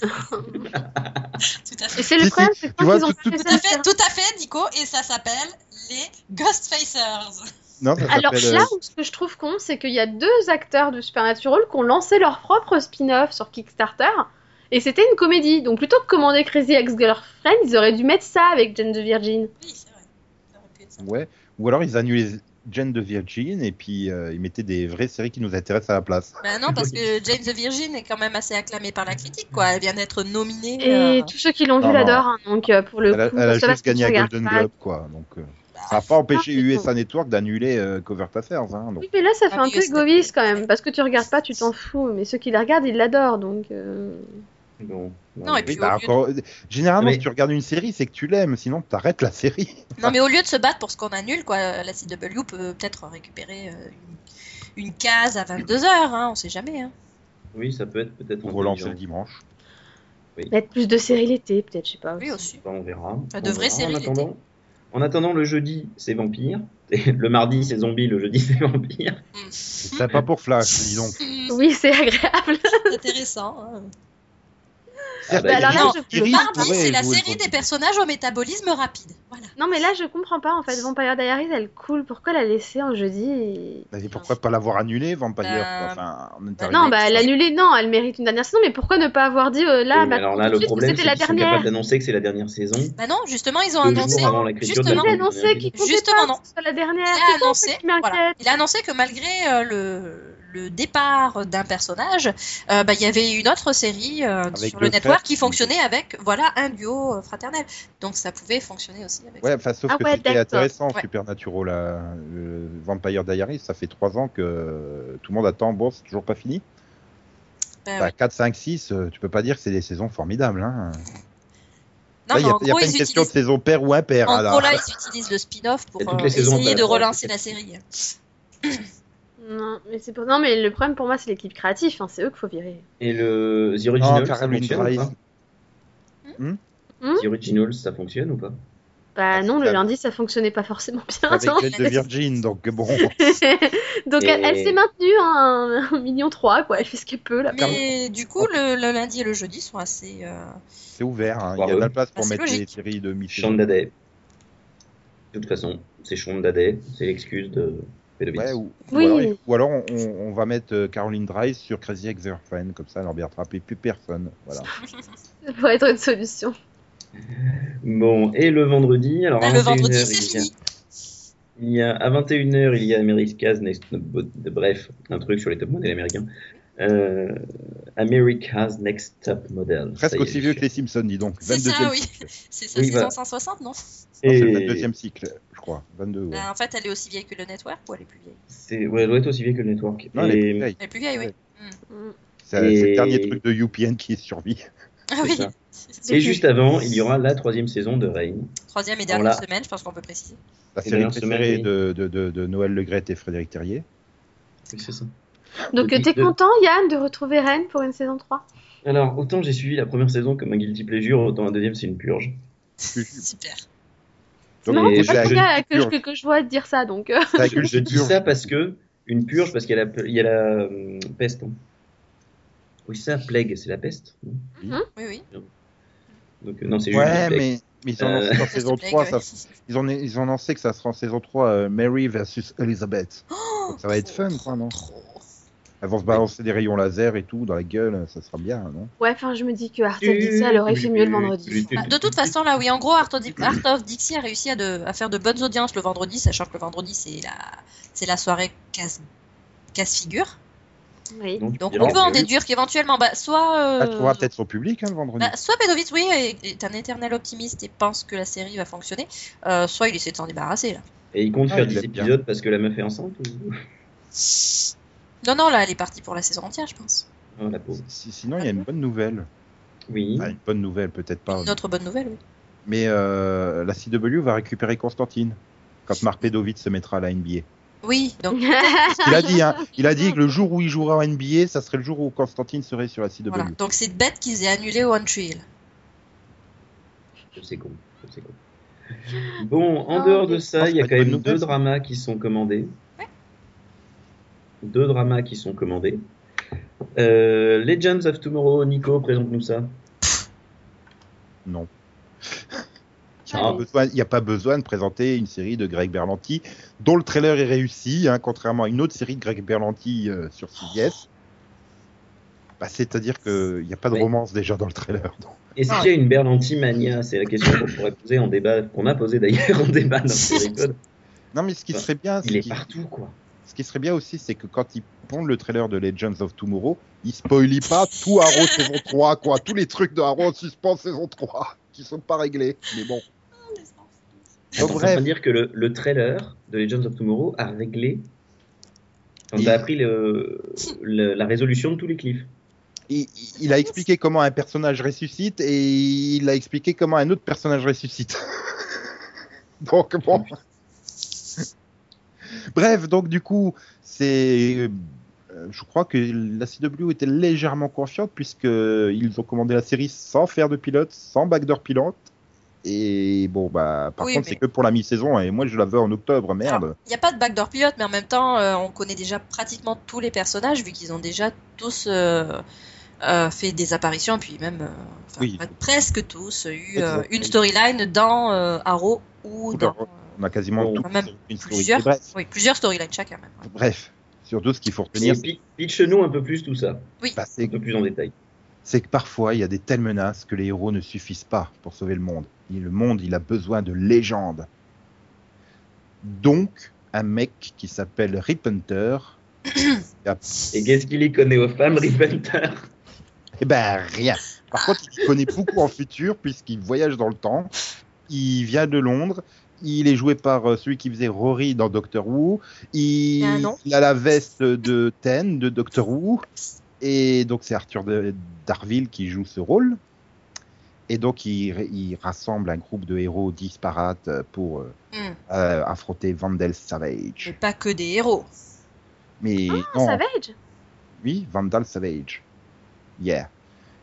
S3: Tout à fait.
S2: Et c'est le
S4: Si,
S2: problème,
S4: si,
S2: c'est
S4: tu
S2: que quand
S4: vois,
S2: ils ont
S4: tout-
S2: pas fait
S4: tout-
S3: Tout
S2: ça,
S3: à fait, tout à fait, Nico, et ça s'appelle les Ghostfacers.
S4: Non, ça
S2: Alors
S4: s'appelle,
S2: là,
S4: euh,
S2: où ce que je trouve con, c'est qu'il y a deux acteurs de Supernatural qui ont lancé leur propre spin-off sur Kickstarter. Et c'était une comédie. Donc plutôt que commander Crazy Ex-Girlfriend, ils auraient dû mettre ça avec Jane the Virgin.
S3: Oui, c'est vrai. Ça aurait pu être ça.
S4: euh, Ouais. Ou alors ils annulaient Jane de Virgin et puis euh, ils mettaient des vraies séries qui nous intéressent à la place.
S3: Bah non, parce que Jane the Virgin est quand même assez acclamée par la critique, quoi. Elle vient d'être nominée.
S2: Et
S3: euh,
S2: tous ceux qui l'ont
S4: non,
S2: vu
S4: non.
S2: l'adorent. hein. Donc euh, pour le
S4: Elle a,
S2: coup,
S4: elle a
S2: ça va,
S4: juste
S2: c'est que
S4: gagné
S2: je
S4: à
S2: regarde
S4: Golden
S2: pas.
S4: Globe quoi. Donc euh, ça n'a pas empêché
S2: mais bon.
S4: USA Network d'annuler euh, Covert Affairs. Hein, donc.
S2: Oui, mais là, ça fait
S3: Ah,
S2: un
S3: mais
S2: peu
S3: c'est-
S2: égoïste quand même. Parce que tu regardes pas, tu t'en fous. Mais ceux qui la regardent, ils l'adorent. Donc. euh,
S1: bon,
S3: Non, et
S1: mais-
S3: puis
S4: Oui, bah,
S3: au lieu de-
S4: encore- Généralement,
S1: Mais-
S4: si tu regardes une série, c'est que tu l'aimes, sinon t'arrêtes la série.
S3: Non, mais au lieu de se battre pour ce qu'on annule, quoi, la CW peut peut-être récupérer euh, une... une case à 22h, hein, on sait jamais. Hein.
S1: Oui, ça peut être peut-être.
S4: Pour relancer le
S1: intelligent.
S4: dimanche.
S2: Mettre plus de séries l'été, peut-être, je sais pas.
S3: Oui, aussi.
S1: Bah, on verra.
S3: Enfin, de
S1: On
S3: vraies
S1: verra.
S3: séries
S1: En
S3: d'été.
S1: attendant, en attendant, le jeudi, c'est vampire. Et le mardi, c'est zombie. Le jeudi, c'est vampire.
S4: C'est pas pour Flash, dis donc.
S3: Hmm,
S2: Oui, c'est agréable.
S3: c'est intéressant. hein.
S1: Ah, bah,
S2: alors là,
S4: Certaines
S2: je-
S4: séries
S3: Mardi,
S4: pourraient
S3: c'est la
S4: jouer le
S3: série des
S4: vendredi.
S3: personnages au métabolisme rapide. Voilà.
S2: Non, mais là, je comprends pas en fait. Vampire Diaries, elle coule. Pourquoi la laisser en jeudi et-
S4: Bah, et pourquoi pas l'avoir annulé, Vampire quoi.
S3: Bah,
S4: Enfin, on est
S3: bah
S4: arrivé-
S2: Non, bah elle annulée, non, elle mérite une dernière saison, mais pourquoi ne pas avoir dit euh,
S1: Oui,
S2: là,
S1: mais
S2: maintenant,
S1: alors là, le
S2: tout de suite,
S1: problème, c'est
S2: c'était la
S1: qu'ils sont capables
S2: dernière
S1: d'annoncer que c'est la dernière saison.
S3: Bah non, justement, ils ont
S1: Deux
S3: annoncé.
S1: jours avant l'écriture de la
S3: justement.
S2: Il a
S1: saison.
S2: annoncé qu'il comptait
S3: Justement,
S2: pas
S3: non.
S2: que ce soit la dernière.
S3: Il
S2: C'est
S3: a,
S2: ça, en fait,
S3: annoncé,
S2: qui m'inquiète.
S3: voilà. Il a annoncé que malgré euh, le, le départ d'un personnage, euh, bah, il y avait une autre série euh,
S4: Avec
S3: sur le
S4: le
S3: network
S4: frère
S3: qui
S4: qui-
S3: fonctionnait avec voilà un duo euh, fraternel. Donc ça pouvait fonctionner aussi avec
S4: Ouais, enfin, sauf
S2: Ah
S4: que
S2: ouais,
S4: c'était
S2: d'accord.
S4: intéressant,
S3: Ouais.
S4: Supernatural, là, le Vampire Diaries, ça fait trois ans que euh, tout le monde attend. Bon, c'est toujours pas fini.
S3: ça. Bah,
S4: Bah, 4, 5, 6, euh, tu peux pas dire que c'est des saisons formidables. Hein. Là,
S3: Non,
S4: il
S3: mais
S4: y a,
S3: en
S4: il y a
S3: gros,
S4: pas
S3: ils
S4: une question de
S3: utilisent...
S4: saison pair ou impair.
S3: en
S4: là. Ah,
S3: gros, là,
S1: Ah,
S3: ils utilisent le spin-off pour
S1: Et toutes
S3: euh,
S1: les saisons,
S3: essayer
S1: t'as-
S3: de
S1: t'as-
S3: relancer la série.
S2: Non, mais c'est pour... non, mais le problème pour moi, c'est l'équipe créative. hein, C'est eux qu'il faut virer.
S1: Et le The
S4: Non,
S1: Originals, ça
S4: Caroline
S1: fonctionne ou
S4: Price.
S1: pas The Originals, ça fonctionne ou pas
S2: Bah
S4: Ah,
S2: non, le
S4: ça-
S2: lundi, ça fonctionnait pas forcément bien.
S4: Avec
S2: non.
S4: Jane de Virgin, donc bon.
S2: Donc elle, elle
S1: Et-
S2: s'est maintenue à un million trois, quoi. Elle fait ce qu'elle peut là.
S3: Mais du coup, le, le lundi et le jeudi sont assez. euh,
S4: C'est ouvert, hein. il y a
S1: Bah,
S4: de la place pour
S3: c'est
S4: mettre des
S3: logique.
S4: séries de mi-saison.
S1: Chandadé. De toute façon, c'est Chandadé, c'est l'excuse de Pedovic.
S4: Ouais, ou,
S2: Oui.
S4: ou alors, il- ou alors on, on- on va mettre euh, Caroline Dries sur Crazy Ex-Girlfriend, comme ça elle n'en rattraper plus personne. Voilà.
S2: Ça pourrait être une solution.
S1: Bon, et le vendredi, alors à
S3: Le vendredi,
S1: 21h, il
S3: c'est
S1: y a-
S3: fini.
S1: Il y a, à 21h, il y a America's Next Top- bref, un truc sur les top modèles américains. Euh, America's Next Top Model. Ça
S4: Presque
S1: y est,
S4: aussi
S1: je
S4: vieux
S1: suis-
S4: que les Simpsons, dis donc.
S3: C'est
S4: 22e
S3: ça, oui.
S4: cycle.
S3: C'est sa
S1: Oui,
S3: saison
S1: bah.
S3: 160, non
S4: Non, c'est
S1: Et
S4: le 22e cycle, je crois. 22, ouais.
S3: Bah, En fait, elle est aussi vieille que le network ou elle est plus vieille
S1: c'est, ouais, elle doit être aussi vieille que le network.
S4: Non, elle est
S1: Et-
S4: plus vieille.
S3: Elle est plus vieille, oui.
S4: Ouais.
S2: Mm.
S4: C'est c'est
S1: Et-
S4: le dernier truc de UPN qui survit.
S3: Ah oui.
S1: ça. et juste avant, il y aura la troisième saison de Reign.
S3: Troisième et
S1: Voilà.
S3: dernière semaine, je pense qu'on peut préciser.
S4: La
S1: Et
S4: série
S1: d'ailleurs, Eh ce
S4: préférée
S1: mari-
S4: de, de, de, de Noël Le Gret et Frédéric Terrier.
S1: Oui, c'est ça.
S2: Donc
S1: Depuis
S2: t'es
S1: deux-
S2: content, Yann, de retrouver Rennes pour une saison 3
S1: Alors, autant j'ai suivi la première saison comme un guilty pleasure, autant la deuxième, c'est une purge.
S3: Super.
S2: C'est
S4: Donc,
S2: marrant,
S1: Et
S2: c'est pas
S1: je-
S2: le gars que,
S4: je-
S2: que, que je vois dire ça, donc... euh,
S4: Ça
S1: Je,
S4: accuse
S1: je dis
S4: pure.
S1: ça parce que une purge, parce qu'il y a la, il y a la hum, peste. hein. Oui, ça, plague, c'est la peste. non
S3: Oui, oui.
S1: Donc, euh, non, c'est juste la
S4: Ouais,
S1: plague.
S4: mais, mais ils ont
S1: Euh,
S4: lancé en saison
S3: Plague,
S4: 3,
S3: ouais.
S4: ça, ils, ont, ils ont lancé que ça sera en saison 3 euh, Mary versus Elizabeth. Donc ça va être fun, quoi, non
S3: Trop.
S4: Elles vont se balancer des rayons laser et tout dans la gueule, ça sera bien, non
S2: Ouais, enfin, je me dis que Arthur dit ça, elle aurait fait mieux le vendredi.
S3: Bah, de toute façon, là, oui, en gros, Art of, Di- Art of Dixie a réussi à, de- à faire de bonnes audiences le vendredi, sachant que le vendredi, c'est la, c'est la soirée casse- casse-figure.
S2: Oui.
S3: Donc
S1: il y a
S3: on peut en
S1: eu-
S3: déduire qu'éventuellement, bah, soit. euh,
S4: Elle trouvera Ah, peut-être son public hein, le vendredi.
S3: bah, soit Pedovitz, oui, est, est un éternel optimiste et pense que la série va fonctionner, euh, soit il essaie de s'en débarrasser. Là.
S1: Et il compte
S4: Ah,
S1: faire
S4: il
S1: 10
S4: l'aime bien.
S1: épisodes parce que la meuf est enceinte ou...
S3: Non, non, là, elle est partie pour la saison entière, je pense.
S1: Oh,
S3: Bah.
S1: la pauvre.
S4: Si- Sinon, il y a une bonne nouvelle.
S1: Oui.
S4: Ah, une bonne nouvelle, peut-être pas.
S3: Une autre bonne nouvelle, oui.
S4: Mais euh, la CW va récupérer Constantine quand Marc Pedovic se mettra à la NBA.
S3: Oui, donc
S4: Il a dit, hein, il a dit que le jour où il jouera en NBA, ça serait le jour où Constantine serait sur la CW.
S3: voilà. Donc c'est bête qu'ils aient annulé One Tree Hill.
S1: Je sais con. Je sais con. Bon, en
S2: Ah,
S1: dehors
S2: ok.
S1: de
S4: Oh,
S1: ça,
S4: c'est
S1: il y a
S4: pas
S1: quand
S4: une
S1: même
S4: bonne
S1: deux
S4: nouvelle, ça.
S1: dramas qui sont commandés. Deux dramas qui sont commandés. Euh, Legends of Tomorrow, Nico, présente-nous ça.
S4: Non. Il n'y a,
S1: Ah.
S4: pas besoin- il y a pas besoin de présenter une série de Greg Berlanti dont le trailer est réussi, hein, contrairement à une autre série de Greg Berlanti euh, sur
S1: Oh.
S4: CBS. Bah, C'est-à-dire qu'il n'y a pas de
S1: Oui.
S4: romance déjà dans le trailer. donc.
S1: Est-ce
S3: Ah.
S1: qu'il y a une Berlanti mania C'est la question qu'on pourrait poser en débat, qu'on a posée d'ailleurs en débat dans ce épisode.
S4: Non, mais ce qui
S1: Bah,
S4: serait bien,
S1: Il
S4: c'est
S1: est
S4: qu'il-
S1: partout, quoi.
S4: ce qui serait bien aussi, c'est que quand ils pondent le trailer de Legends of Tomorrow, ils spoilent pas tout Arrow saison 3, quoi. Tous les trucs de Arrow en suspens saison 3 qui sont pas réglés. Mais bon.
S1: Oh, Attends,
S4: Donc,
S1: t'es en train
S4: bref,
S1: de dire que le, le trailer de Legends of Tomorrow a réglé. Quand
S4: Il-
S1: t'as appris le- le- la résolution de tous les cliffs.
S4: il, il a expliqué comment un personnage ressuscite et il a expliqué comment un autre personnage ressuscite. donc bon. bref, donc du coup, c'est. euh, Je crois que la CW était légèrement confiante puisqu'ils ont commandé la série sans faire de pilote, sans backdoor pilote. Et bon, bah, par
S3: Oui,
S4: contre,
S3: mais- Ah,
S4: c'est que pour la mi-saison et moi je la veux en octobre, merde.
S3: Il n'y a pas de backdoor pilote, mais en même temps, euh, on connaît déjà pratiquement tous les personnages, vu qu'ils ont déjà tous euh, euh, fait des apparitions, puis même euh, enfin,
S4: Oui.
S3: pre- presque tous euh, eu euh,
S4: Exact.
S3: une storyline dans euh, Arrow ou
S4: Ou
S3: dans
S4: dans- On a quasiment
S1: Bon,
S4: tout-
S3: quand même,
S4: une story.
S3: plusieurs,
S4: Bref,
S3: oui, plusieurs storylines chacun. Même. ouais.
S4: bref, surtout ce qu'il faut retenir, c'est
S1: Pi- Pitch-nous un peu plus tout ça,
S4: bah,
S1: un
S4: c'est
S1: peu plus en détail.
S4: c'est que parfois il y a des telles menaces que les héros ne suffisent pas pour sauver le monde. Et le monde, il a besoin de légendes. Donc, un mec qui s'appelle Rip Hunter,
S1: Et qu'est-ce qu'il y connaît aux femmes, Ripenter
S4: eh ben rien. Par contre, il connaît beaucoup en futur puisqu'il voyage dans le temps. Il vient de Londres. Il est joué par euh, celui qui faisait Rory dans Doctor Who. Il,
S3: Il a un nom
S4: il a la veste de Ten de Doctor Who. Et donc, c'est Arthur de- Darville qui joue ce rôle. Et donc, il, il rassemble un groupe de héros disparates euh, pour euh,
S3: Hmm.
S4: euh, affronter Vandal
S3: Mais
S4: Savage.
S3: pas que des héros.
S4: Mais
S2: Ah,
S4: non,
S2: Savage
S4: oui, Vandal Savage. Yeah.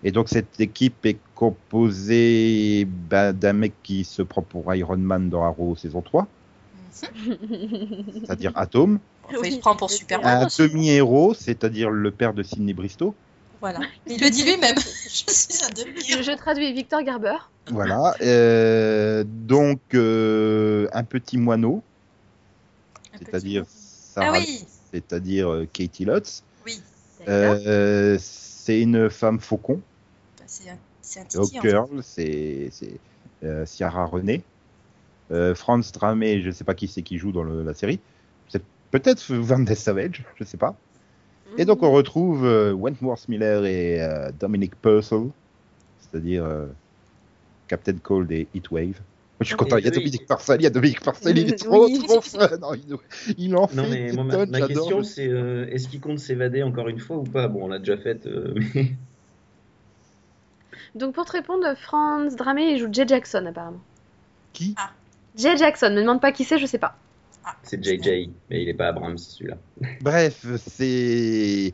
S4: Et donc cette équipe est composée ben, d'un mec qui se prend pour Iron Man dans Arrow saison 3, c'est-à-dire Atom.
S3: Mhm. Enfin,
S2: Oui,
S3: il se prend pour
S2: c'est
S3: Superman
S4: Un
S3: aussi.
S4: demi-héros, c'est-à-dire le père de Sidney Bristow.
S3: Voilà. Il le dit lui-même. je suis un demi-héros.
S2: Je, je traduis Victor Garber.
S4: Voilà. Euh, donc euh, un petit moineau, c'est-à-dire
S3: Ah
S4: Sarah,
S3: oui,
S4: c'est-à-dire euh, Katie Lutz.
S3: oui.
S4: Euh, c'est une femme faucon,
S3: Bah, C'est un, c'est un
S4: Hawk
S3: titi. en fait.
S4: Girl, c'est c'est, euh, Ciara René. Euh, Franz Dramé, je ne sais pas qui c'est qui joue dans le- la série. C'est peut-être Vanessa Savage, je ne sais pas. Et donc on retrouve euh, Wentworth Miller et euh, Dominic Purcell, c'est-à-dire euh, Captain Cold et Heatwave. Moi, Je suis
S1: Non,
S4: content,
S1: mais
S4: il y a
S1: oui.
S4: Dominic Purcell, il y a Dominic Purcell, il est
S2: Oui.
S4: trop trop fun. Non, il, il en fait
S1: Non, mais
S4: des
S1: moi, ma,
S4: tonnes,
S1: ma
S4: j'adore
S1: question,
S4: le-
S1: c'est euh, est-ce qu'il compte s'évader encore une fois ou pas Bon, on l'a déjà faite, euh, mais
S2: Donc pour te répondre, Franz Dramé il joue Jay Jackson apparemment.
S4: Qui
S2: Jay Jackson, me demande pas qui c'est, je sais pas.
S1: c'est JJ. Mais il n'est pas Abrams, celui-là.
S4: Bref, c'est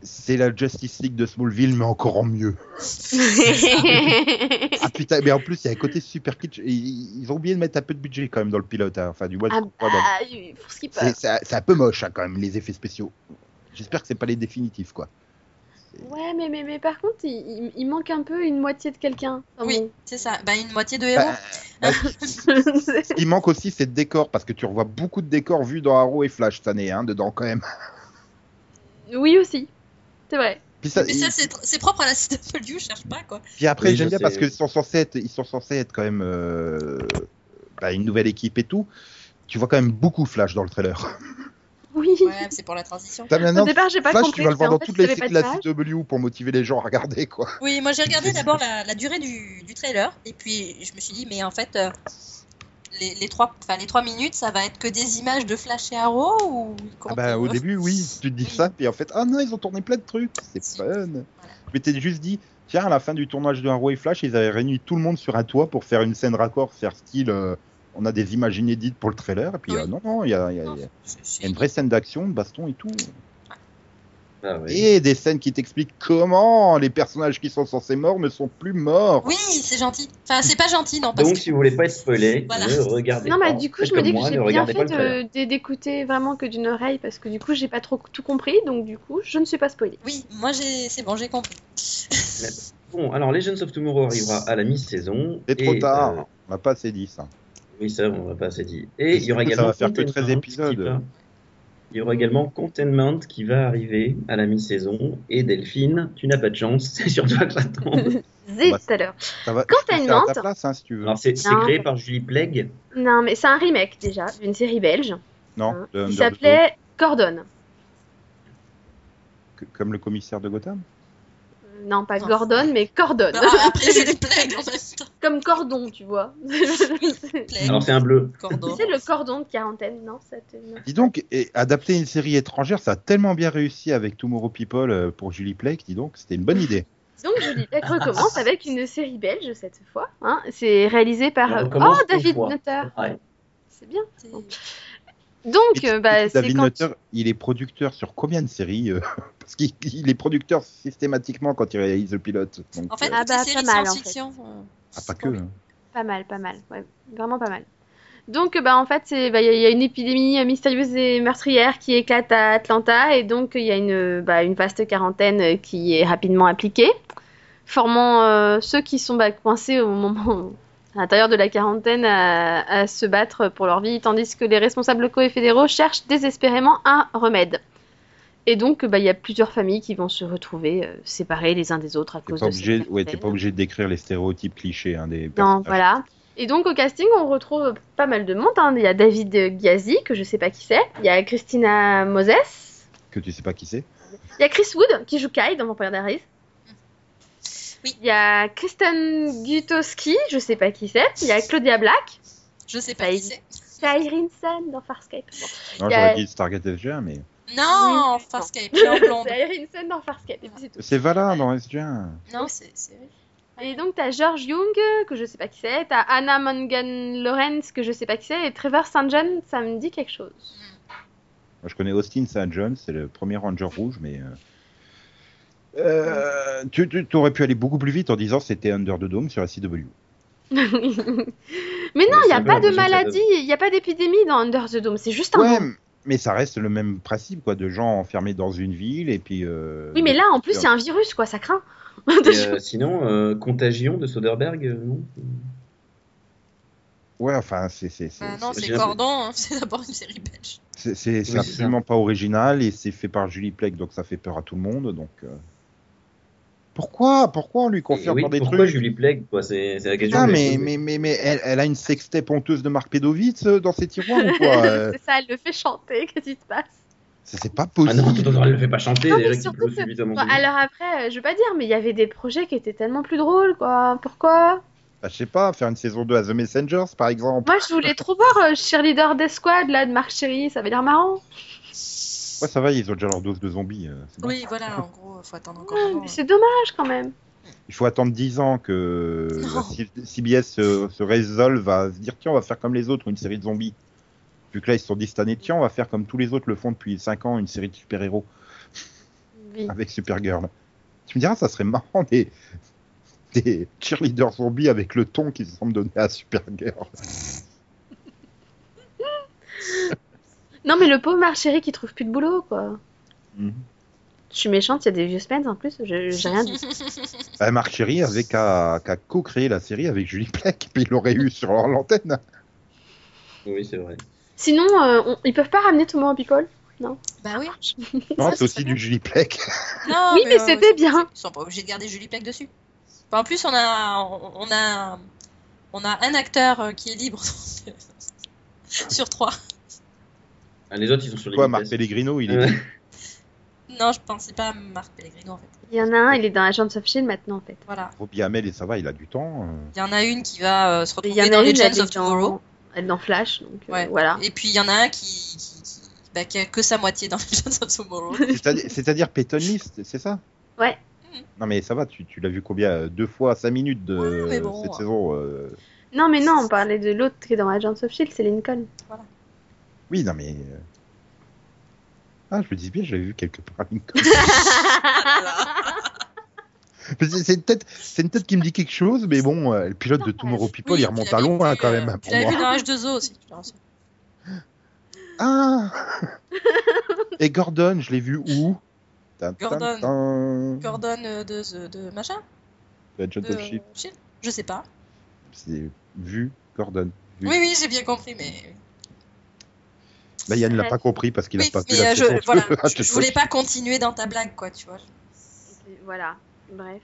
S4: c'est la Justice League de Smallville, mais encore en mieux. Ah putain, mais en plus, il y a un côté super kitsch. Ils ils ont oublié de mettre un peu de budget quand même dans le pilote. hein. Enfin, du moins, je
S2: ah
S4: crois dans-
S2: bah, oui, pour ce qui
S4: c'est,
S2: passe.
S4: c'est un- c'est un peu moche hein, quand même, les effets spéciaux. J'espère que c'est pas les définitifs, quoi.
S2: Ouais, mais, mais, mais par contre, il, il- il manque un peu une moitié de quelqu'un. Enfin,
S3: Oui,
S2: bon.
S3: c'est ça. Bah, une moitié de héros.
S4: Bah, bah, ce
S2: C'est-
S4: qui manque aussi, c'est de décors, parce que tu revois beaucoup de décors vus dans Arrow et Flash cette année, hein, dedans quand même.
S2: oui aussi, c'est vrai.
S4: Puis, ça-
S3: Mais ça, c'est c'est propre à la CW, je cherche pas, quoi.
S4: puis après,
S1: Oui,
S4: j'aime
S1: je
S4: bien
S1: sais.
S4: parce qu'ils sont censés être, ils sont censés être quand même euh, bah, une nouvelle équipe et tout. Tu vois quand même beaucoup Flash dans le trailer.
S2: Oui.
S3: Ouais, mais c'est pour la transition.
S4: T'as
S2: Au
S4: maintenant
S2: départ, j'ai pas
S4: Flash,
S2: compris.
S4: tu vas le voir
S2: parce
S4: dans
S2: qu'en fait,
S4: toutes
S2: il
S4: les
S2: savait
S4: sites
S2: pas
S4: de la
S2: de
S4: CW pour motiver les gens à regarder, quoi.
S3: Oui, moi j'ai regardé d'abord la, la durée du, du trailer et puis je me suis dit, mais en fait, euh, les, les, trois, enfin, les trois minutes, ça va être que des images de Flash et Arrow ou
S4: Ah bah, au début, oui, tu te dis
S3: Oui.
S4: ça, puis en fait, ah non, ils ont tourné plein de trucs, c'est fun. Mais t'es juste dit, tiens, à la fin du tournage de Arrow et Flash, ils avaient réuni tout le monde sur un toit pour faire une scène raccord, faire style, euh, on a des images inédites pour le trailer, et puis
S3: Ah Oui.
S4: euh, non, non, il y a, il y a-
S3: Non,
S4: il y a
S3: c'est- c'est-
S4: une vraie scène d'action, de baston et tout.
S1: Ah
S3: Bah
S1: ouais.
S4: Et des scènes qui t'expliquent comment les personnages qui sont censés morts ne sont plus morts.
S3: Oui, c'est gentil. Enfin, c'est pas gentil, non, parce
S1: Donc,
S3: que-
S1: si vous voulez pas être spoilé,
S3: Voilà.
S1: ne regardez
S2: Non,
S1: pas.
S2: mais du coup,
S1: Faites
S2: je me
S1: comme
S2: dis que
S1: moi,
S2: j'ai
S1: ne
S2: bien
S1: regardez
S2: fait
S1: pas le trailer.
S2: de- de- d'écouter vraiment que d'une oreille parce que du coup, j'ai pas trop tout compris. Donc, du coup, je ne suis pas spoilée.
S3: Oui, moi j'ai, c'est bon, j'ai compris.
S1: Bon, alors Legends of Tomorrow arrivera à la mi-saison.
S4: C'est trop
S1: et,
S4: tard,
S1: euh,
S4: on n'a pas assez dit ça.
S1: oui, ça, on va pas assez dit. Et il y aura
S4: Ça
S1: également.
S4: va faire que
S1: Containment
S4: 13
S1: qui
S4: épisodes.
S1: va- Il y aura également Containment qui va arriver à la mi-saison. Et Delphine, tu n'as pas de chance, c'est sur toi que ça tombe.
S2: Zé
S4: Bah,
S2: tout à l'heure.
S4: Ça va, je
S2: Quand
S4: peux
S2: t'as
S4: le
S2: une
S4: faire à ta
S2: vente-
S4: place, hein, si tu veux.
S1: Alors, c'est c'est
S2: Non.
S1: créé par Julie Plague.
S2: Non, mais c'est un remake déjà d'une série belge
S4: Non, euh,
S2: hein,
S4: de
S2: qui
S4: Under the
S2: s'appelait Gordon.
S4: Dome, que- euh, comme le commissaire de Gotham.
S2: Euh, Non, pas
S3: Non.
S2: Gordon, mais Cordon.
S3: Non, Ah, après, j'ai les plagues en même temps.
S2: Comme cordon, tu vois. c'est
S3: Plagues,
S1: Alors, c'est un bleu.
S3: cordon.
S2: le cordon de quarantaine, non, ça te- non.
S4: Dis donc, et adapter une série étrangère, ça a tellement bien réussi avec Tomorrow People euh, pour Julie Plake, dis donc, c'était une bonne idée.
S2: Donc Julie Beck recommence
S3: Ah.
S2: avec une série belge cette fois. hein. C'est réalisé par
S1: Elle
S2: euh,
S1: recommence
S2: oh
S1: deux
S2: David
S1: fois.
S2: Nutter.
S1: Ouais.
S2: C'est bien.
S3: C'est-
S2: Donc
S4: Et-
S2: euh, bah,
S4: et
S2: c'est
S4: David
S2: quand
S4: Nutter, il est producteur sur combien de séries euh, Parce qu'il il est producteur systématiquement quand il réalise le pilote. Donc,
S3: En fait,
S4: euh,
S2: Ah
S3: toutes
S2: bah,
S3: les séries
S2: pas mal, en
S3: science-fiction. euh,
S4: ah, pas que. hein.
S2: pas mal, pas mal, ouais, vraiment pas mal. Donc euh, bah en fait c'est bah, il y, a- il y a une épidémie euh, mystérieuse et meurtrière qui éclate à Atlanta et donc il y a une euh, bah, une vaste quarantaine euh, qui est rapidement appliquée, formant euh, ceux qui sont bah, coincés au moment à l'intérieur de la quarantaine à, à se battre pour leur vie, tandis que les responsables locaux et fédéraux cherchent désespérément un remède. Et donc, bah, il y a plusieurs familles qui vont se retrouver euh, séparées les uns des autres à
S4: T'es
S2: cause
S4: pas,
S2: de cette
S4: obligé, ouais, t'es
S2: quarantaine.
S4: pas obligé de décrire les stéréotypes clichés hein, des
S2: Non,
S4: personnages.
S2: voilà. Et donc au casting, on retrouve pas mal de monde. hein. Il y a David Ghazi, que je sais pas qui c'est. Il y a Christina Moses.
S4: Que tu sais pas qui c'est.
S2: Il y a Chris Wood, qui joue Kai dans Vampire Diaries.
S3: Oui.
S2: Il y a Kristen Gutowski, je sais pas qui c'est. Il y a Claudia Black.
S3: Je sais pas
S2: Bah,
S3: qui
S2: il-
S3: c'est.
S2: Il y a Irene Sun dans Farscape. Bon,
S4: Non,
S2: Il y a-
S4: j'aurais dit Stargate SG1, mais.
S3: Non,
S2: Oui.
S3: Farscape, elle est en blonde.
S2: C'est Irene Sun dans Farscape, et puis c'est tout.
S4: C'est Vala dans SG1.
S3: Non, c'est. c'est-
S2: Et donc t'as George Young, que je sais pas qui c'est. T'as Anna Mongan Lawrence, que je sais pas qui c'est. Et Trevor St. John, ça me dit quelque chose.
S4: Moi, je connais Austin St. John, c'est le premier Ranger rouge, mais. euh, euh, tu, tu aurais pu aller beaucoup plus vite en disant c'était Under the Dome sur la CW.
S2: Mais non, il n'y
S1: c'est
S2: a
S1: un peu
S2: pas de
S1: l'impression que ça
S2: maladie, il n'y a pas d'épidémie dans Under the Dome, c'est juste un
S4: Ouais,
S2: nom.
S4: m- mais ça reste le même principe, quoi, de gens enfermés dans une ville et puis. euh,
S2: Oui, mais là, en plus, il y a un virus, quoi, ça craint. De-
S1: Et, euh, sinon, euh, Contagion de Soderbergh, euh, non
S4: Ouais, enfin, c'est c'est Bah, c'est
S3: Ah non,
S1: c'est-
S3: c'est
S1: j'ai-
S3: Cordon, hein, c'est d'abord une série belge.
S4: c'est- c'est- c'est
S1: c'est
S4: absolument pas original et c'est fait par Julie Plec, donc ça fait peur à tout le monde, donc. euh, Pourquoi, pourquoi on lui
S1: Et
S4: confirme
S1: oui,
S4: dans des
S1: Pourquoi
S4: trucs
S1: Julie Plague quoi, C'est c'est la question.
S4: Putain,
S1: que je
S4: mais,
S1: me pose.
S4: mais, mais, mais elle, elle a une sextape honteuse de Marc Pédovitz euh, dans ses tiroirs ou quoi euh,
S2: c'est ça, elle le fait chanter, qu'est-ce qui se passe
S4: C'est c'est pas
S1: Ah non,
S4: possible.
S1: elle ne le fait pas chanter,
S2: Non, mais
S1: déjà qu'il
S2: surtout
S1: pleut
S2: que-
S1: suffisamment.
S2: Bon, Alors après, euh, je veux pas dire, mais il y avait des projets qui étaient tellement plus drôles, quoi. Pourquoi
S4: Bah, je sais pas, faire une saison 2 à The Messengers, par exemple.
S2: Moi, je voulais trop voir euh, Cheerleader des Squad, là, de Marc Chéry, ça avait l'air marrant.
S4: Ouais, ça va, ils ont déjà leur dose de zombies. euh, c'est bon.
S3: Oui, voilà, en gros, euh, faut attendre encore.
S2: Ouais,
S3: un moment.
S2: mais c'est dommage, quand même.
S4: Il faut attendre 10 ans que
S3: Non.
S4: la C- CBS se, se résolve à se dire tiens, on va faire comme les autres, une série de zombies. Vu que là, ils se sont dit cette année, tiens, on va faire comme tous les autres le font depuis 5 ans, une série de super-héros
S2: Oui.
S4: avec Supergirl. Tu me diras, ça serait marrant des, des cheerleaders zombies avec le ton qu'ils se sont donné à Supergirl.
S2: Non, mais le pauvre Marc Chéry qui trouve plus de boulot, quoi.
S3: Mm-hmm.
S4: Mhm.
S2: Je suis méchante, il y a des vieux spends en plus,
S3: hein.
S2: je- j'ai rien dit.
S4: Bah, Marc Chéry avait qu'à qu'à co-créer la série avec Julie Plec, puis il l'aurait eu sur leur l'antenne.
S1: Oui, c'est vrai.
S2: Sinon, euh, on- ils peuvent pas ramener Tomorrow People
S3: Bah oui.
S4: Non,
S3: Ça,
S4: c'est
S3: c'est
S4: aussi
S3: bien.
S4: du Julie Plec.
S3: Non,
S2: Oui, mais
S3: euh,
S2: c'était bien.
S3: Ils sont pas obligés de garder Julie Plec dessus. Enfin, en plus, on a, on a, on a un acteur euh, qui est libre donc, euh, sur trois.
S1: Ah, Les autres, ils sont sur les
S4: Quoi, Marc
S1: vitesses.
S4: Pellegrino, il est.
S1: Ouais.
S3: Non, je pensais pas à Marc Pellegrino en fait.
S2: Il y en a un, il est dans Agents of Shield E maintenant en fait.
S3: Voilà.
S4: Robbie Hamel et ça va, il a du temps. euh.
S3: Il y en a une qui va euh, se
S2: Il y en
S3: retrouver
S2: a
S3: dans
S2: une, elle
S3: Legends of
S2: est
S3: Tomorrow.
S2: dans, elle est dans Flash, donc euh,
S3: Ouais.
S2: voilà.
S3: Et puis il y en a un qui, qui, qui- bah, qui a que sa moitié dans Legends of Tomorrow.
S4: C'est-à-dire- C'est-à-dire Peyton List, c'est ça
S2: Ouais.
S4: Non mais ça va, tu, tu l'as vu combien euh, Deux fois cinq minutes de
S3: Ouais, mais bon.
S4: cette saison. euh.
S2: Non, mais non, on parlait de l'autre qui est dans Agents of Shield, E c'est Lincoln.
S4: Oui, non mais. euh. Ah, je me dis bien, j'avais vu quelque part Lincoln. Mais c'est- C'est une tête, c'est une tête qui me dit quelque chose, mais bon, euh, le pilote de Tomorrow People,
S3: Oui,
S4: il
S3: tu
S4: remonte à
S3: l'avais
S4: loin
S3: vu,
S4: quand
S3: euh,
S4: même. hein,
S3: Tu
S4: pour
S3: l'avais
S4: moi.
S3: vu dans H2O aussi. je te rassure.
S4: Ah Et Gordon, je l'ai vu où Tin, tin,
S3: Gordon.
S4: tin.
S3: Gordon euh, de, de, de machin
S4: Le Agent
S3: de
S4: of Shield,
S3: Shield Je sais
S4: Ben,
S3: pas.
S4: c'est vu Gordon. Oui.
S3: Oui, oui, j'ai bien compris, mais.
S4: Là, Bah, Yann l'a
S2: Ouais.
S4: pas compris parce qu'il
S3: oui,
S4: a pas vu
S3: mais euh,
S4: la
S3: je,
S4: saison.
S3: voilà,
S4: Ah,
S3: je, je
S4: c'est
S3: voulais pas continuer dans ta blague, quoi, tu vois.
S2: Voilà, bref.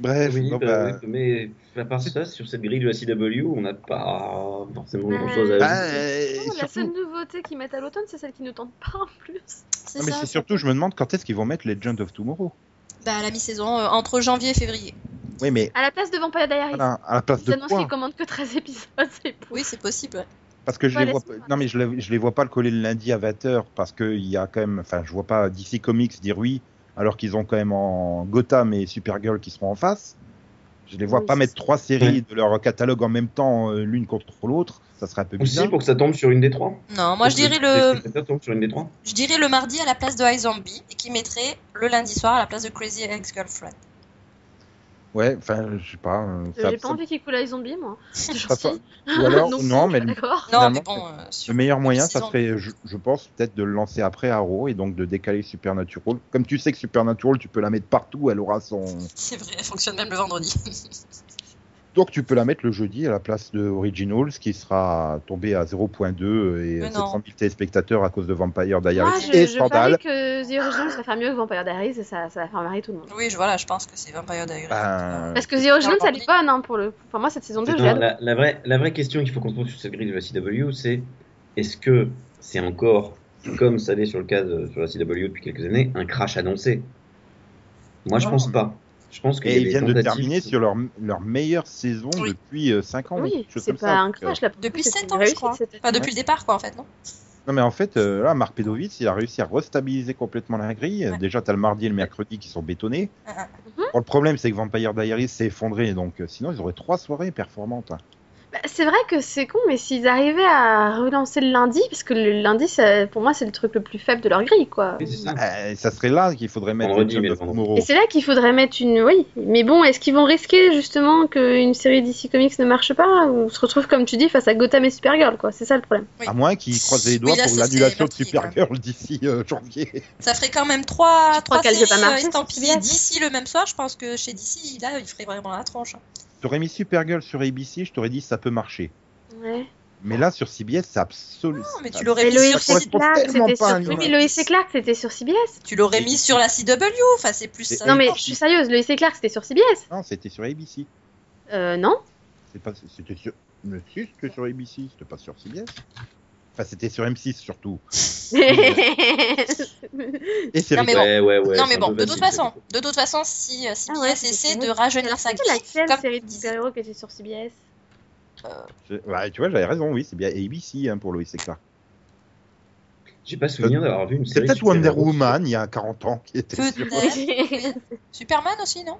S4: Bref,
S1: Oui,
S4: bon,
S1: bah,
S4: bah,
S1: oui, mais à part ça, sur cette grille de la CW, on n'a pas
S3: Ah.
S1: forcément grand chose
S2: Euh,
S1: à
S4: bah,
S1: ajouter.
S4: euh,
S2: Non, la
S4: surtout-
S2: seule nouveauté qu'ils mettent à l'automne, c'est celle qui nous tente pas en plus.
S3: C'est
S4: Non, mais
S3: ça.
S4: c'est surtout, je me demande quand est-ce qu'ils vont mettre Legend of Tomorrow.
S3: Bah, à la mi-saison, euh, entre janvier et février.
S4: Oui, mais
S2: À la place de Vampire Diaries,
S4: voilà, à la place
S2: Ah, ils
S4: de
S2: annoncent
S4: quoi
S2: qu'ils commandent que 13 épisodes, c'est pour.
S3: Oui, c'est possible. ouais.
S4: Parce que je
S2: Ouais,
S4: les vois,
S2: laisse-moi.
S4: non mais je les, je les vois pas le coller le lundi à 20h parce que il y a quand même, enfin je vois pas DC Comics dire oui alors qu'ils ont quand même en Gotham et Supergirl qui seront en face. Je les vois
S2: Oui,
S4: pas
S2: c'est
S4: mettre
S2: ça.
S4: trois séries de leur catalogue en même temps euh, l'une contre l'autre, ça serait un peu
S1: Aussi,
S4: bizarre.
S1: pour que ça tombe sur une des trois.
S3: Non, moi je
S1: Pour que
S3: dirais le,
S1: spectateurs tombent sur une des trois.
S3: je dirais le mardi à la place de iZombie et qui mettrait le lundi soir à la place de Crazy Ex-Girlfriend.
S4: Ouais, enfin je sais pas. euh, ça-
S2: J'ai pas
S4: ça-
S2: envie qu'ils coulent à les zombies, moi. C'est
S4: ça- ça-
S2: gentil.
S4: Ou alors non,
S2: Non,
S4: mais le,
S2: D'accord.
S3: Non,
S4: Ah, Finalement,
S3: mais bon, euh, sur-
S4: le meilleur
S3: sur
S4: moyen
S3: six
S4: ça
S3: ans.
S4: serait, je, je pense peut-être de le lancer après Arrow et donc de décaler Supernatural. Comme tu sais que Supernatural tu peux la mettre partout, elle aura son
S3: C'est vrai, elle fonctionne même le vendredi.
S4: Donc tu peux la mettre le jeudi à la place de Originals qui sera tombée à 0.2 et
S3: Mais non.
S4: 700 000 téléspectateurs à cause de Vampire Diaries
S2: Moi, Ah, je,
S4: et
S2: je parie
S4: Scandale.
S2: que The Originals va faire mieux que Vampire Diaries et ça, ça va faire marrer tout le monde.
S3: oui, je, voilà, je pense que c'est Vampire Diaries.
S4: Ben,
S2: Parce que The Originals,
S3: Non,
S2: elle est bonne, hein, pour le. Enfin, moi, cette saison 2, je
S1: Non,
S2: l'adore.
S1: la, la vraie, la vraie question qu'il faut qu'on se pose sur cette grille de la CW, c'est est-ce que c'est encore, comme ça l'est sur le cas de sur la CW depuis quelques années, un crash annoncé Moi, je
S4: Non.
S1: pense pas. Je pense qu'il y a
S4: Et ils
S1: des
S4: viennent de
S1: tentatives
S4: terminer sur leur, leur meilleure saison
S3: Oui.
S4: depuis 5 ans.
S2: Oui,
S4: quelque chose
S2: c'est
S4: comme
S2: pas
S4: ça.
S2: un
S4: Donc, euh,
S2: crash là. pour le
S3: Depuis
S2: coup, c'est
S3: sept
S2: une
S3: ans, je
S2: réussite,
S3: crois.
S2: cette année.
S3: Enfin, depuis le départ, quoi, en fait, non
S4: Non mais en fait, euh, là, Marc Pedovic, il a réussi à restabiliser complètement la grille.
S3: Ouais.
S4: Déjà, t'as le mardi et le mercredi qui sont bétonnés.
S3: Ah, ah.
S4: Bon, le problème, c'est que Vampire Diaries s'est effondré, donc euh, sinon, ils auraient trois soirées performantes. hein.
S2: Bah, C'est vrai que c'est con, mais s'ils arrivaient à relancer le lundi, parce que le lundi, ça- pour moi, c'est le truc le plus faible de leur grille, quoi.
S1: Oui, c'est ça.
S3: Ah.
S4: Euh, ça serait là qu'il faudrait mettre
S1: Vendredi,
S4: Legend
S1: mais
S4: of
S1: vendredi.
S4: Tomorrow.
S2: Et c'est là qu'il faudrait mettre une. Oui, mais bon, est-ce qu'ils vont risquer justement qu'une série DC Comics ne marche pas ou se retrouve, comme tu dis, face à Gotham et Supergirl, quoi C'est ça le problème.
S3: Oui.
S4: À moins qu'ils croisent les doigts
S3: Oui, là,
S4: pour
S3: ça, c'est
S4: l'annulation de
S3: marqué, quand même.
S4: Supergirl d'ici euh, janvier.
S3: Ça ferait quand même trois,
S2: Tu crois
S3: trois
S2: qu'elle
S3: séries
S2: veut pas
S3: euh,
S2: marcher,
S3: estampillées
S2: cette
S3: d'ici le même soir. Je pense que chez DC, là, il ferait vraiment la tronche. hein.
S4: T'aurais mis Supergirl sur ABC, je t'aurais dit ça peut marcher.
S2: Ouais.
S4: Mais là, sur CBS, c'est absolument.
S3: Non, mais
S4: ça-
S3: tu l'aurais
S2: Ah, Mais
S3: mis
S2: Lois
S3: sur,
S4: Loïc,
S2: et
S4: correspond
S2: Clark,
S4: tellement
S2: c'était
S4: pas à
S2: sur.
S4: nous,
S2: Oui, mais
S4: hein.
S2: Lois et Clark, c'était sur CBS.
S3: tu l'aurais mis sur la CW. Enfin, c'est plus ça.
S2: Non, mais je suis sérieuse, Lois et Clark, c'était sur CBS.
S4: Non, c'était sur ABC.
S2: Euh, non
S4: C'est pas, c'était sur, mais si, c'était sur ABC, c'était pas sur CBS. Enfin, c'était sur M6 surtout. Et c'est
S3: Non, mais bon.
S1: Ouais, ouais, ouais,
S3: non,
S1: c'est
S3: mais
S1: un
S3: bon,
S1: peu
S3: de toute
S1: facile,
S3: façon, de toute façon, si euh, CBS
S2: Ah ouais, c'est
S3: essaie
S2: vrai.
S3: de rajeunir sa
S2: C'est
S3: grille,
S2: laquelle
S3: Comme-
S2: série de super-héros qui était sur CBS
S4: Ouais, tu vois, j'avais raison, oui, c'est bien ABC hein, pour Loïs et Clark.
S1: J'ai pas souvenir d'avoir vu une
S4: C'est
S1: série.
S4: peut-être
S1: super-héros.
S4: Wonder Woman il y a 40 ans qui était sur.
S3: peut-être. Superman aussi, non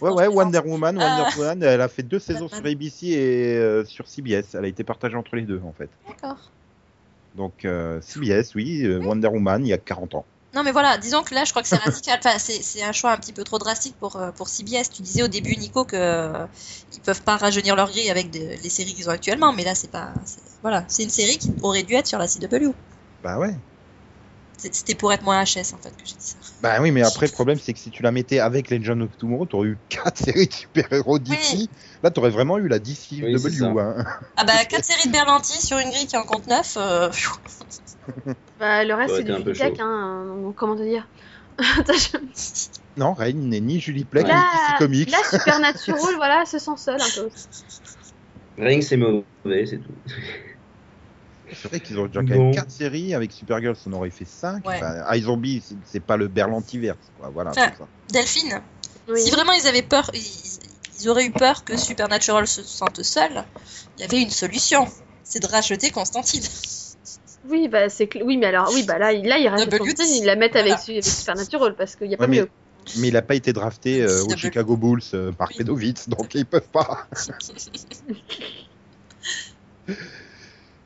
S4: Ouais, ouais, Wonder Woman, Wonder
S3: Ah.
S4: Woman, elle a fait deux saisons
S3: Batman.
S4: sur ABC et euh, sur CBS. Elle a été partagée entre les deux en fait.
S3: D'accord.
S4: Donc euh, CBS, oui, euh, Wonder Woman il y a 40 ans.
S3: Non, mais voilà, disons que là, je crois que c'est radical. Enfin, c'est c'est un choix un petit peu trop drastique pour, euh, pour CBS. Tu disais au début, Nico, que euh, ils peuvent pas rajeunir leur grille avec de- les séries qu'ils ont actuellement, mais là, c'est pas. c'est- Voilà, c'est une série qui aurait dû être sur la CW.
S4: Bah ouais.
S3: C'est- C'était pour être moins HS, en fait, que j'ai dit ça.
S4: Bah oui, mais après, le problème, c'est que si tu la mettais avec Legend of Tomorrow, t'aurais eu 4 séries de super-héros DC.
S3: Oui.
S4: Là, t'aurais vraiment eu la DCW.
S1: Oui, c'est ça.
S4: hein.
S3: Ah bah, 4 séries de Berlanti sur une grille qui en compte euh, 9.
S2: Bah, le reste,
S1: Ouais,
S2: c'est
S1: t'es un
S2: du
S1: peu
S2: feedback,
S1: chaud.
S2: hein. euh, Comment te dire Attends, je-
S4: Non, Reign n'est ni Julie Plec,
S2: Là-
S4: ni DC Comics.
S2: Là, Supernatural, voilà, se sent seul un peu aussi.
S1: Ring, c'est mauvais, c'est tout.
S4: C'est vrai qu'ils ont déjà quand même
S1: Bon.
S4: 4 séries, avec Supergirl, ça en aurait fait 5.
S3: Ouais.
S4: iZombie, c'est- c'est pas le Berlantiverse, quoi. Voilà,
S3: Ouais.
S4: c'est ça.
S3: Delphine,
S2: Oui.
S3: si vraiment ils avaient peur, ils, ils auraient eu peur que Supernatural se sente seul, il y avait une solution. C'est de racheter Constantine.
S2: Oui, bah, c'est cl- oui, mais alors, oui, bah là, il- là, il reste
S3: Double
S2: Constantine,
S3: Lutz.
S2: ils la mettent avec,
S3: Voilà.
S2: avec Supernatural parce qu'il n'y a pas
S4: Ouais, mais-
S2: mieux.
S4: Mais il a pas été drafté euh,
S3: C'est
S4: aux
S3: de-
S4: Chicago Bulls euh, par Pedovitz, donc ils peuvent pas.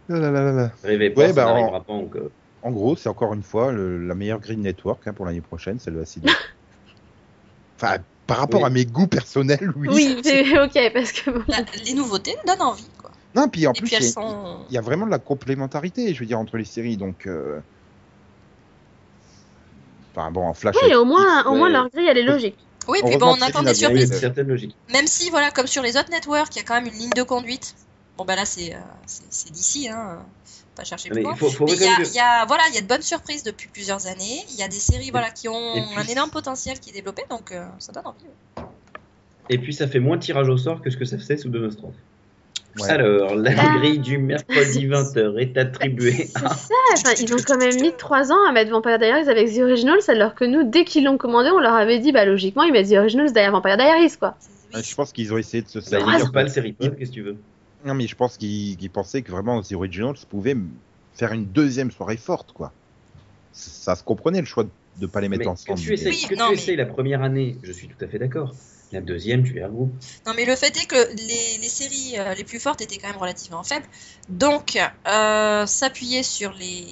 S4: Là, là, là, là, là.
S1: Rêvez pas,
S4: Ouais,
S1: ça
S4: bah,
S1: n'arrivera pas encore.
S4: En gros, c'est encore une fois le- la meilleure Green Network hein, pour l'année prochaine, celle de la CW. enfin, par rapport
S1: Oui.
S4: à mes goûts personnels, oui.
S2: Oui, c'est ok, parce que bon,
S3: Là, les nouveautés donnent envie, quoi.
S4: Non, puis en
S3: Et
S4: plus, il
S3: puis elles
S4: y a-
S3: sont.
S4: il y a vraiment de la complémentarité, je veux dire, entre les séries. Donc, euh, enfin bon, en Flash,
S2: oui, au moins, au moins
S1: Ouais.
S2: leur grille, elle est
S4: Oui.
S2: logique.
S3: Oui, puis
S4: Heureusement
S3: bon,
S4: que
S3: on attend
S4: Céline
S1: Il y a
S4: a
S3: des
S1: une
S3: surprises.
S4: surprise.
S1: certaine logique.
S3: Même si, voilà, comme sur les autres networks, il y a quand même une ligne de conduite. Bon, bah là, c'est euh, c'est- c'est d'ici, hein. euh, Pas chercher
S1: Mais
S3: plus loin.
S1: il faut, faut
S3: Mais il y a,
S1: reconnaître
S3: il y a- voilà, il y a de bonnes surprises depuis plusieurs années. Il y a des séries voilà, qui ont
S1: et puis-
S3: un énorme potentiel qui est développé, donc euh, ça donne envie.
S1: que- Et puis ça fait moins tirage au sort que ce que ça faisait sous Donostrophe.
S4: ouais.
S1: Alors, la
S2: Ah.
S1: grille du mercredi 20h est attribuée
S2: C'est
S1: à...
S2: ça, enfin, ils ont quand même mis 3 ans à mettre Vampire Diaries avec The Originals, alors que nous, dès qu'ils l'ont commandé, on leur avait dit, bah logiquement, ils mettent The Originals derrière Vampire Diaries, quoi.
S3: Oui,
S4: Ouais, Ah, je pense qu'ils ont essayé de se
S1: Bah,
S4: servir.
S3: Ah,
S1: ils disent
S4: de-
S1: pas le série pop, qu'est-ce que tu veux
S4: Non, mais je pense qu'ils qu'ils pensaient que vraiment The Originals pouvait m- faire une deuxième soirée forte, quoi. C- Ça se comprenait le choix de ne pas les mettre
S1: Mais
S4: ensemble.
S1: Que tu
S4: mais-
S1: essayes,
S3: Oui,
S1: que
S3: non,
S1: tu
S3: mais-
S1: essayes la première année, je suis tout à fait d'accord. La deuxième, tu les regroupes.
S3: Non, mais le fait est que les, les séries euh, les plus fortes étaient quand même relativement faibles. Donc, euh, s'appuyer sur les,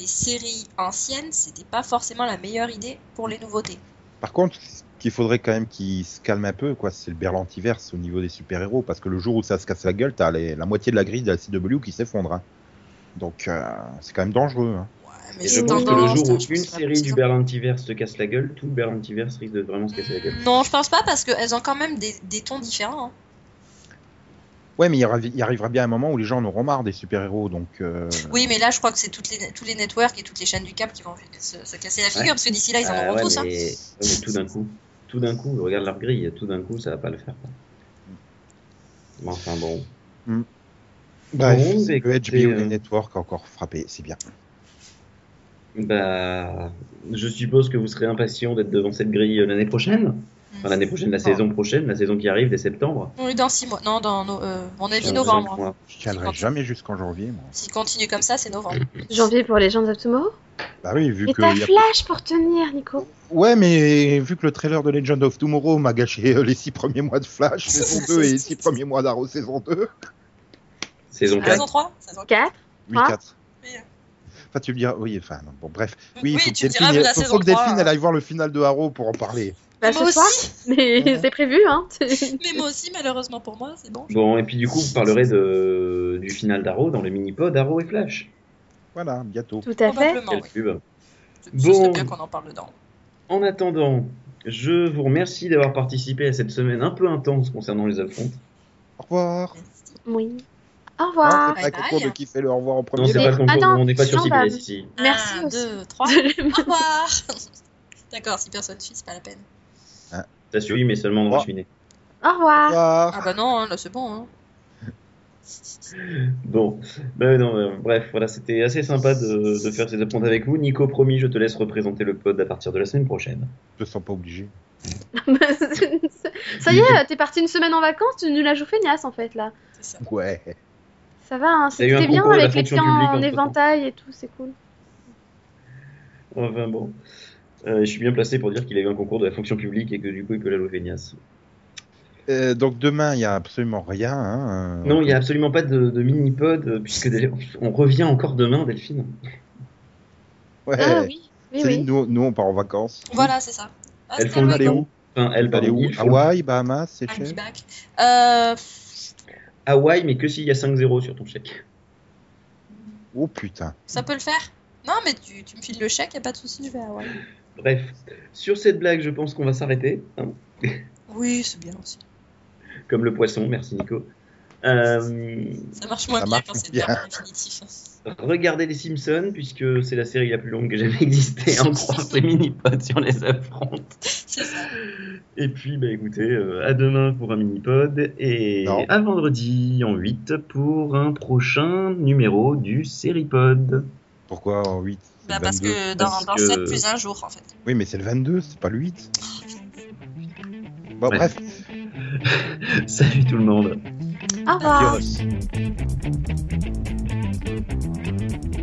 S3: les séries anciennes, c'était pas forcément la meilleure idée pour les nouveautés.
S4: Par contre, ce qu'il faudrait quand même qu'ils se calment un peu, quoi, c'est le berlantiverse au niveau des super-héros, parce que le jour où ça se casse la gueule, t'as les- la moitié de la grille de la CW qui s'effondre. hein. Donc, euh, c'est quand même dangereux. hein.
S3: Ouais,
S1: Et
S3: mais
S1: je
S3: c'est
S1: pense que le
S3: tendance,
S1: jour
S3: je
S1: où
S3: pense que
S1: une
S3: c'est pas
S1: série
S3: possible.
S1: du Berlantiverse se casse la gueule, tout le Berlantiverse risque de vraiment se casser la gueule.
S3: Non, je pense pas parce qu'elles ont quand même des, des tons différents. hein.
S4: Ouais, mais il, y arrive- il arrivera bien un moment où les gens en auront marre des super-héros, donc... euh,
S3: Oui, mais là, je crois que c'est toutes les, tous les networks et toutes les chaînes du câble qui vont se, se casser la figure
S1: Ouais.
S3: parce que d'ici là, ils en
S1: Ah
S3: auront
S1: ouais,
S3: tous. hein.
S1: mais... ouais, mais tout d'un coup, tout d'un coup, regarde leur grille, tout d'un coup, ça va pas le faire. quoi. Mais Enfin bon.
S4: Bref,
S1: Bon,
S4: c'est le
S1: écoutez,
S4: HBO
S1: euh,
S4: Network encore frappé, c'est bien.
S1: Bah, je suppose que vous serez impatient d'être devant cette grille euh, l'année prochaine. Enfin, l'année prochaine, la
S4: Non.
S1: saison prochaine, la saison qui arrive dès septembre.
S3: Mm. On est dans six mois. Non, dans no- euh, mon avis,
S1: Euh,
S3: novembre.
S1: moi,
S4: Je tiendrai
S3: quand-
S4: jamais jusqu'en janvier, moi.
S3: S'ils continuent comme ça, c'est novembre.
S2: Janvier pour les gens of Tomorrow.
S4: Bah oui, vu
S2: Et
S4: que...
S2: t'as
S4: y a-
S2: Flash pour tenir, Nico.
S4: Ouais, mais vu que le trailer de Legend of Tomorrow m'a gâché euh, les six premiers mois de Flash saison 2 et les six premiers mois d'Arrow saison 2,
S1: Saison
S3: Ah, Saison
S1: 4.
S3: 3 saison 4.
S2: 4.
S4: oui,
S2: Ah.
S4: 4.
S3: Oui.
S4: Enfin, tu me diras, oui, enfin, non, bon, bref. Oui, il
S3: Oui,
S4: faut, que
S3: tu me
S4: Delphine,
S3: diras de la
S4: faut- faut
S3: saison hein.
S4: que Delphine,
S3: 3.
S4: elle aille voir le final de Arrow pour en parler.
S2: Bah,
S3: moi
S2: ce soir,
S3: aussi,
S2: mais
S4: Ouais.
S2: c'est prévu, hein.
S3: mais moi aussi, malheureusement pour moi, c'est bon.
S1: Bon, et puis du coup, vous parlerez de... du final d'Arrow dans le mini-pod Arrow et Flash.
S4: Voilà, bientôt.
S2: Tout à fait.
S3: Probablement,
S1: Quel
S3: oui.
S1: pub.
S3: Ce ce serait
S1: Bon.
S3: bien qu'on en parle dedans.
S1: En attendant, je vous remercie d'avoir participé à cette semaine un peu intense concernant les affrontes.
S4: Au revoir.
S2: Oui. Au
S4: Non,
S2: revoir.
S4: c'est pas le
S3: bye
S4: concours de
S3: bye.
S4: qui fait le au revoir en premier.
S1: Non, c'est
S2: Mais
S1: pas le concours,
S2: attends,
S1: on n'est pas sur
S2: non, bah-
S1: CBST.
S2: Merci
S3: Un,
S2: aussi.
S3: deux,
S1: Ah,
S3: trois. Au revoir. D'accord, si personne suit, c'est pas la peine.
S1: Ça suit, mais seulement dans
S4: Oh.
S1: la cheminée.
S2: Au
S4: Au
S2: revoir.
S4: revoir.
S3: Ah bah non, hein, là c'est bon. hein.
S1: Bon, ben non, euh, bref, voilà, c'était assez sympa de, de faire ces affrontes avec vous. Nico, promis, je te laisse représenter le pod à partir de la semaine prochaine.
S4: Je te sens pas obligé.
S2: Ça y est, t'es parti une semaine en vacances, tu nous la joues feignasse en fait là.
S3: C'est ça.
S4: Ouais.
S2: Ça va, hein.
S1: Il y a eu un
S2: C'était bien
S1: concours de la
S2: avec les
S1: fonction publique
S2: clients en
S1: entre-temps.
S2: éventail et tout, c'est cool.
S1: Enfin bon, Euh, je suis bien placé pour dire qu'il a eu un concours de la fonction publique et que du coup il peut la jouer feignasse.
S4: Euh, donc demain, il y a absolument rien. hein, euh,
S1: Non, il n'y a absolument pas de, de mini-pod euh, puisque dé- on revient encore demain, Delphine.
S4: Ouais.
S2: Ah oui, oui,
S4: Céline,
S2: oui.
S4: nous, nous, on part en vacances.
S3: Voilà, c'est ça. Hasta
S1: Elles font le
S4: Vous
S3: luego.
S4: allez où
S1: Enfin, elle,
S4: Vous allez
S1: pardon,
S4: où
S1: ils font-
S4: Hawaï, Bahamas,
S3: I'll be
S4: Seychelles
S3: back. Euh,
S1: Hawaï, mais que s'il y a 5-0 sur ton chèque.
S4: Oh putain.
S3: ça peut le faire Non, mais tu, tu me files le chèque, y a pas de souci, je vais à Hawaï.
S1: Bref, sur cette blague, je pense qu'on va s'arrêter, hein,
S3: Oui, c'est bien aussi.
S1: comme le poisson, merci Nico. Euh,
S3: Ça marche moins
S4: Ça
S3: bien
S4: marche
S3: quand c'est
S4: bien.
S3: terme infinitif.
S1: regardez les Simpsons, puisque c'est la série la plus longue que j'avais existée, en croire ses mini-potes sur les affrontes.
S3: C'est ça.
S1: Et puis, bah, écoutez, euh, à demain pour un mini-pod et
S4: Non.
S1: à vendredi en 8 pour un prochain numéro du Seripod.
S4: Pourquoi en 8 C'est
S3: Bah,
S4: le
S3: parce
S4: 22.
S3: que dans,
S1: parce
S3: dans
S1: que-
S3: 7 plus 1 jour, en fait.
S4: Oui, mais c'est le 22, c'est pas le 8. Bon,
S1: Ouais.
S4: bref.
S1: Salut tout le
S3: Ah.
S1: monde.
S2: Au revoir.
S1: Adios.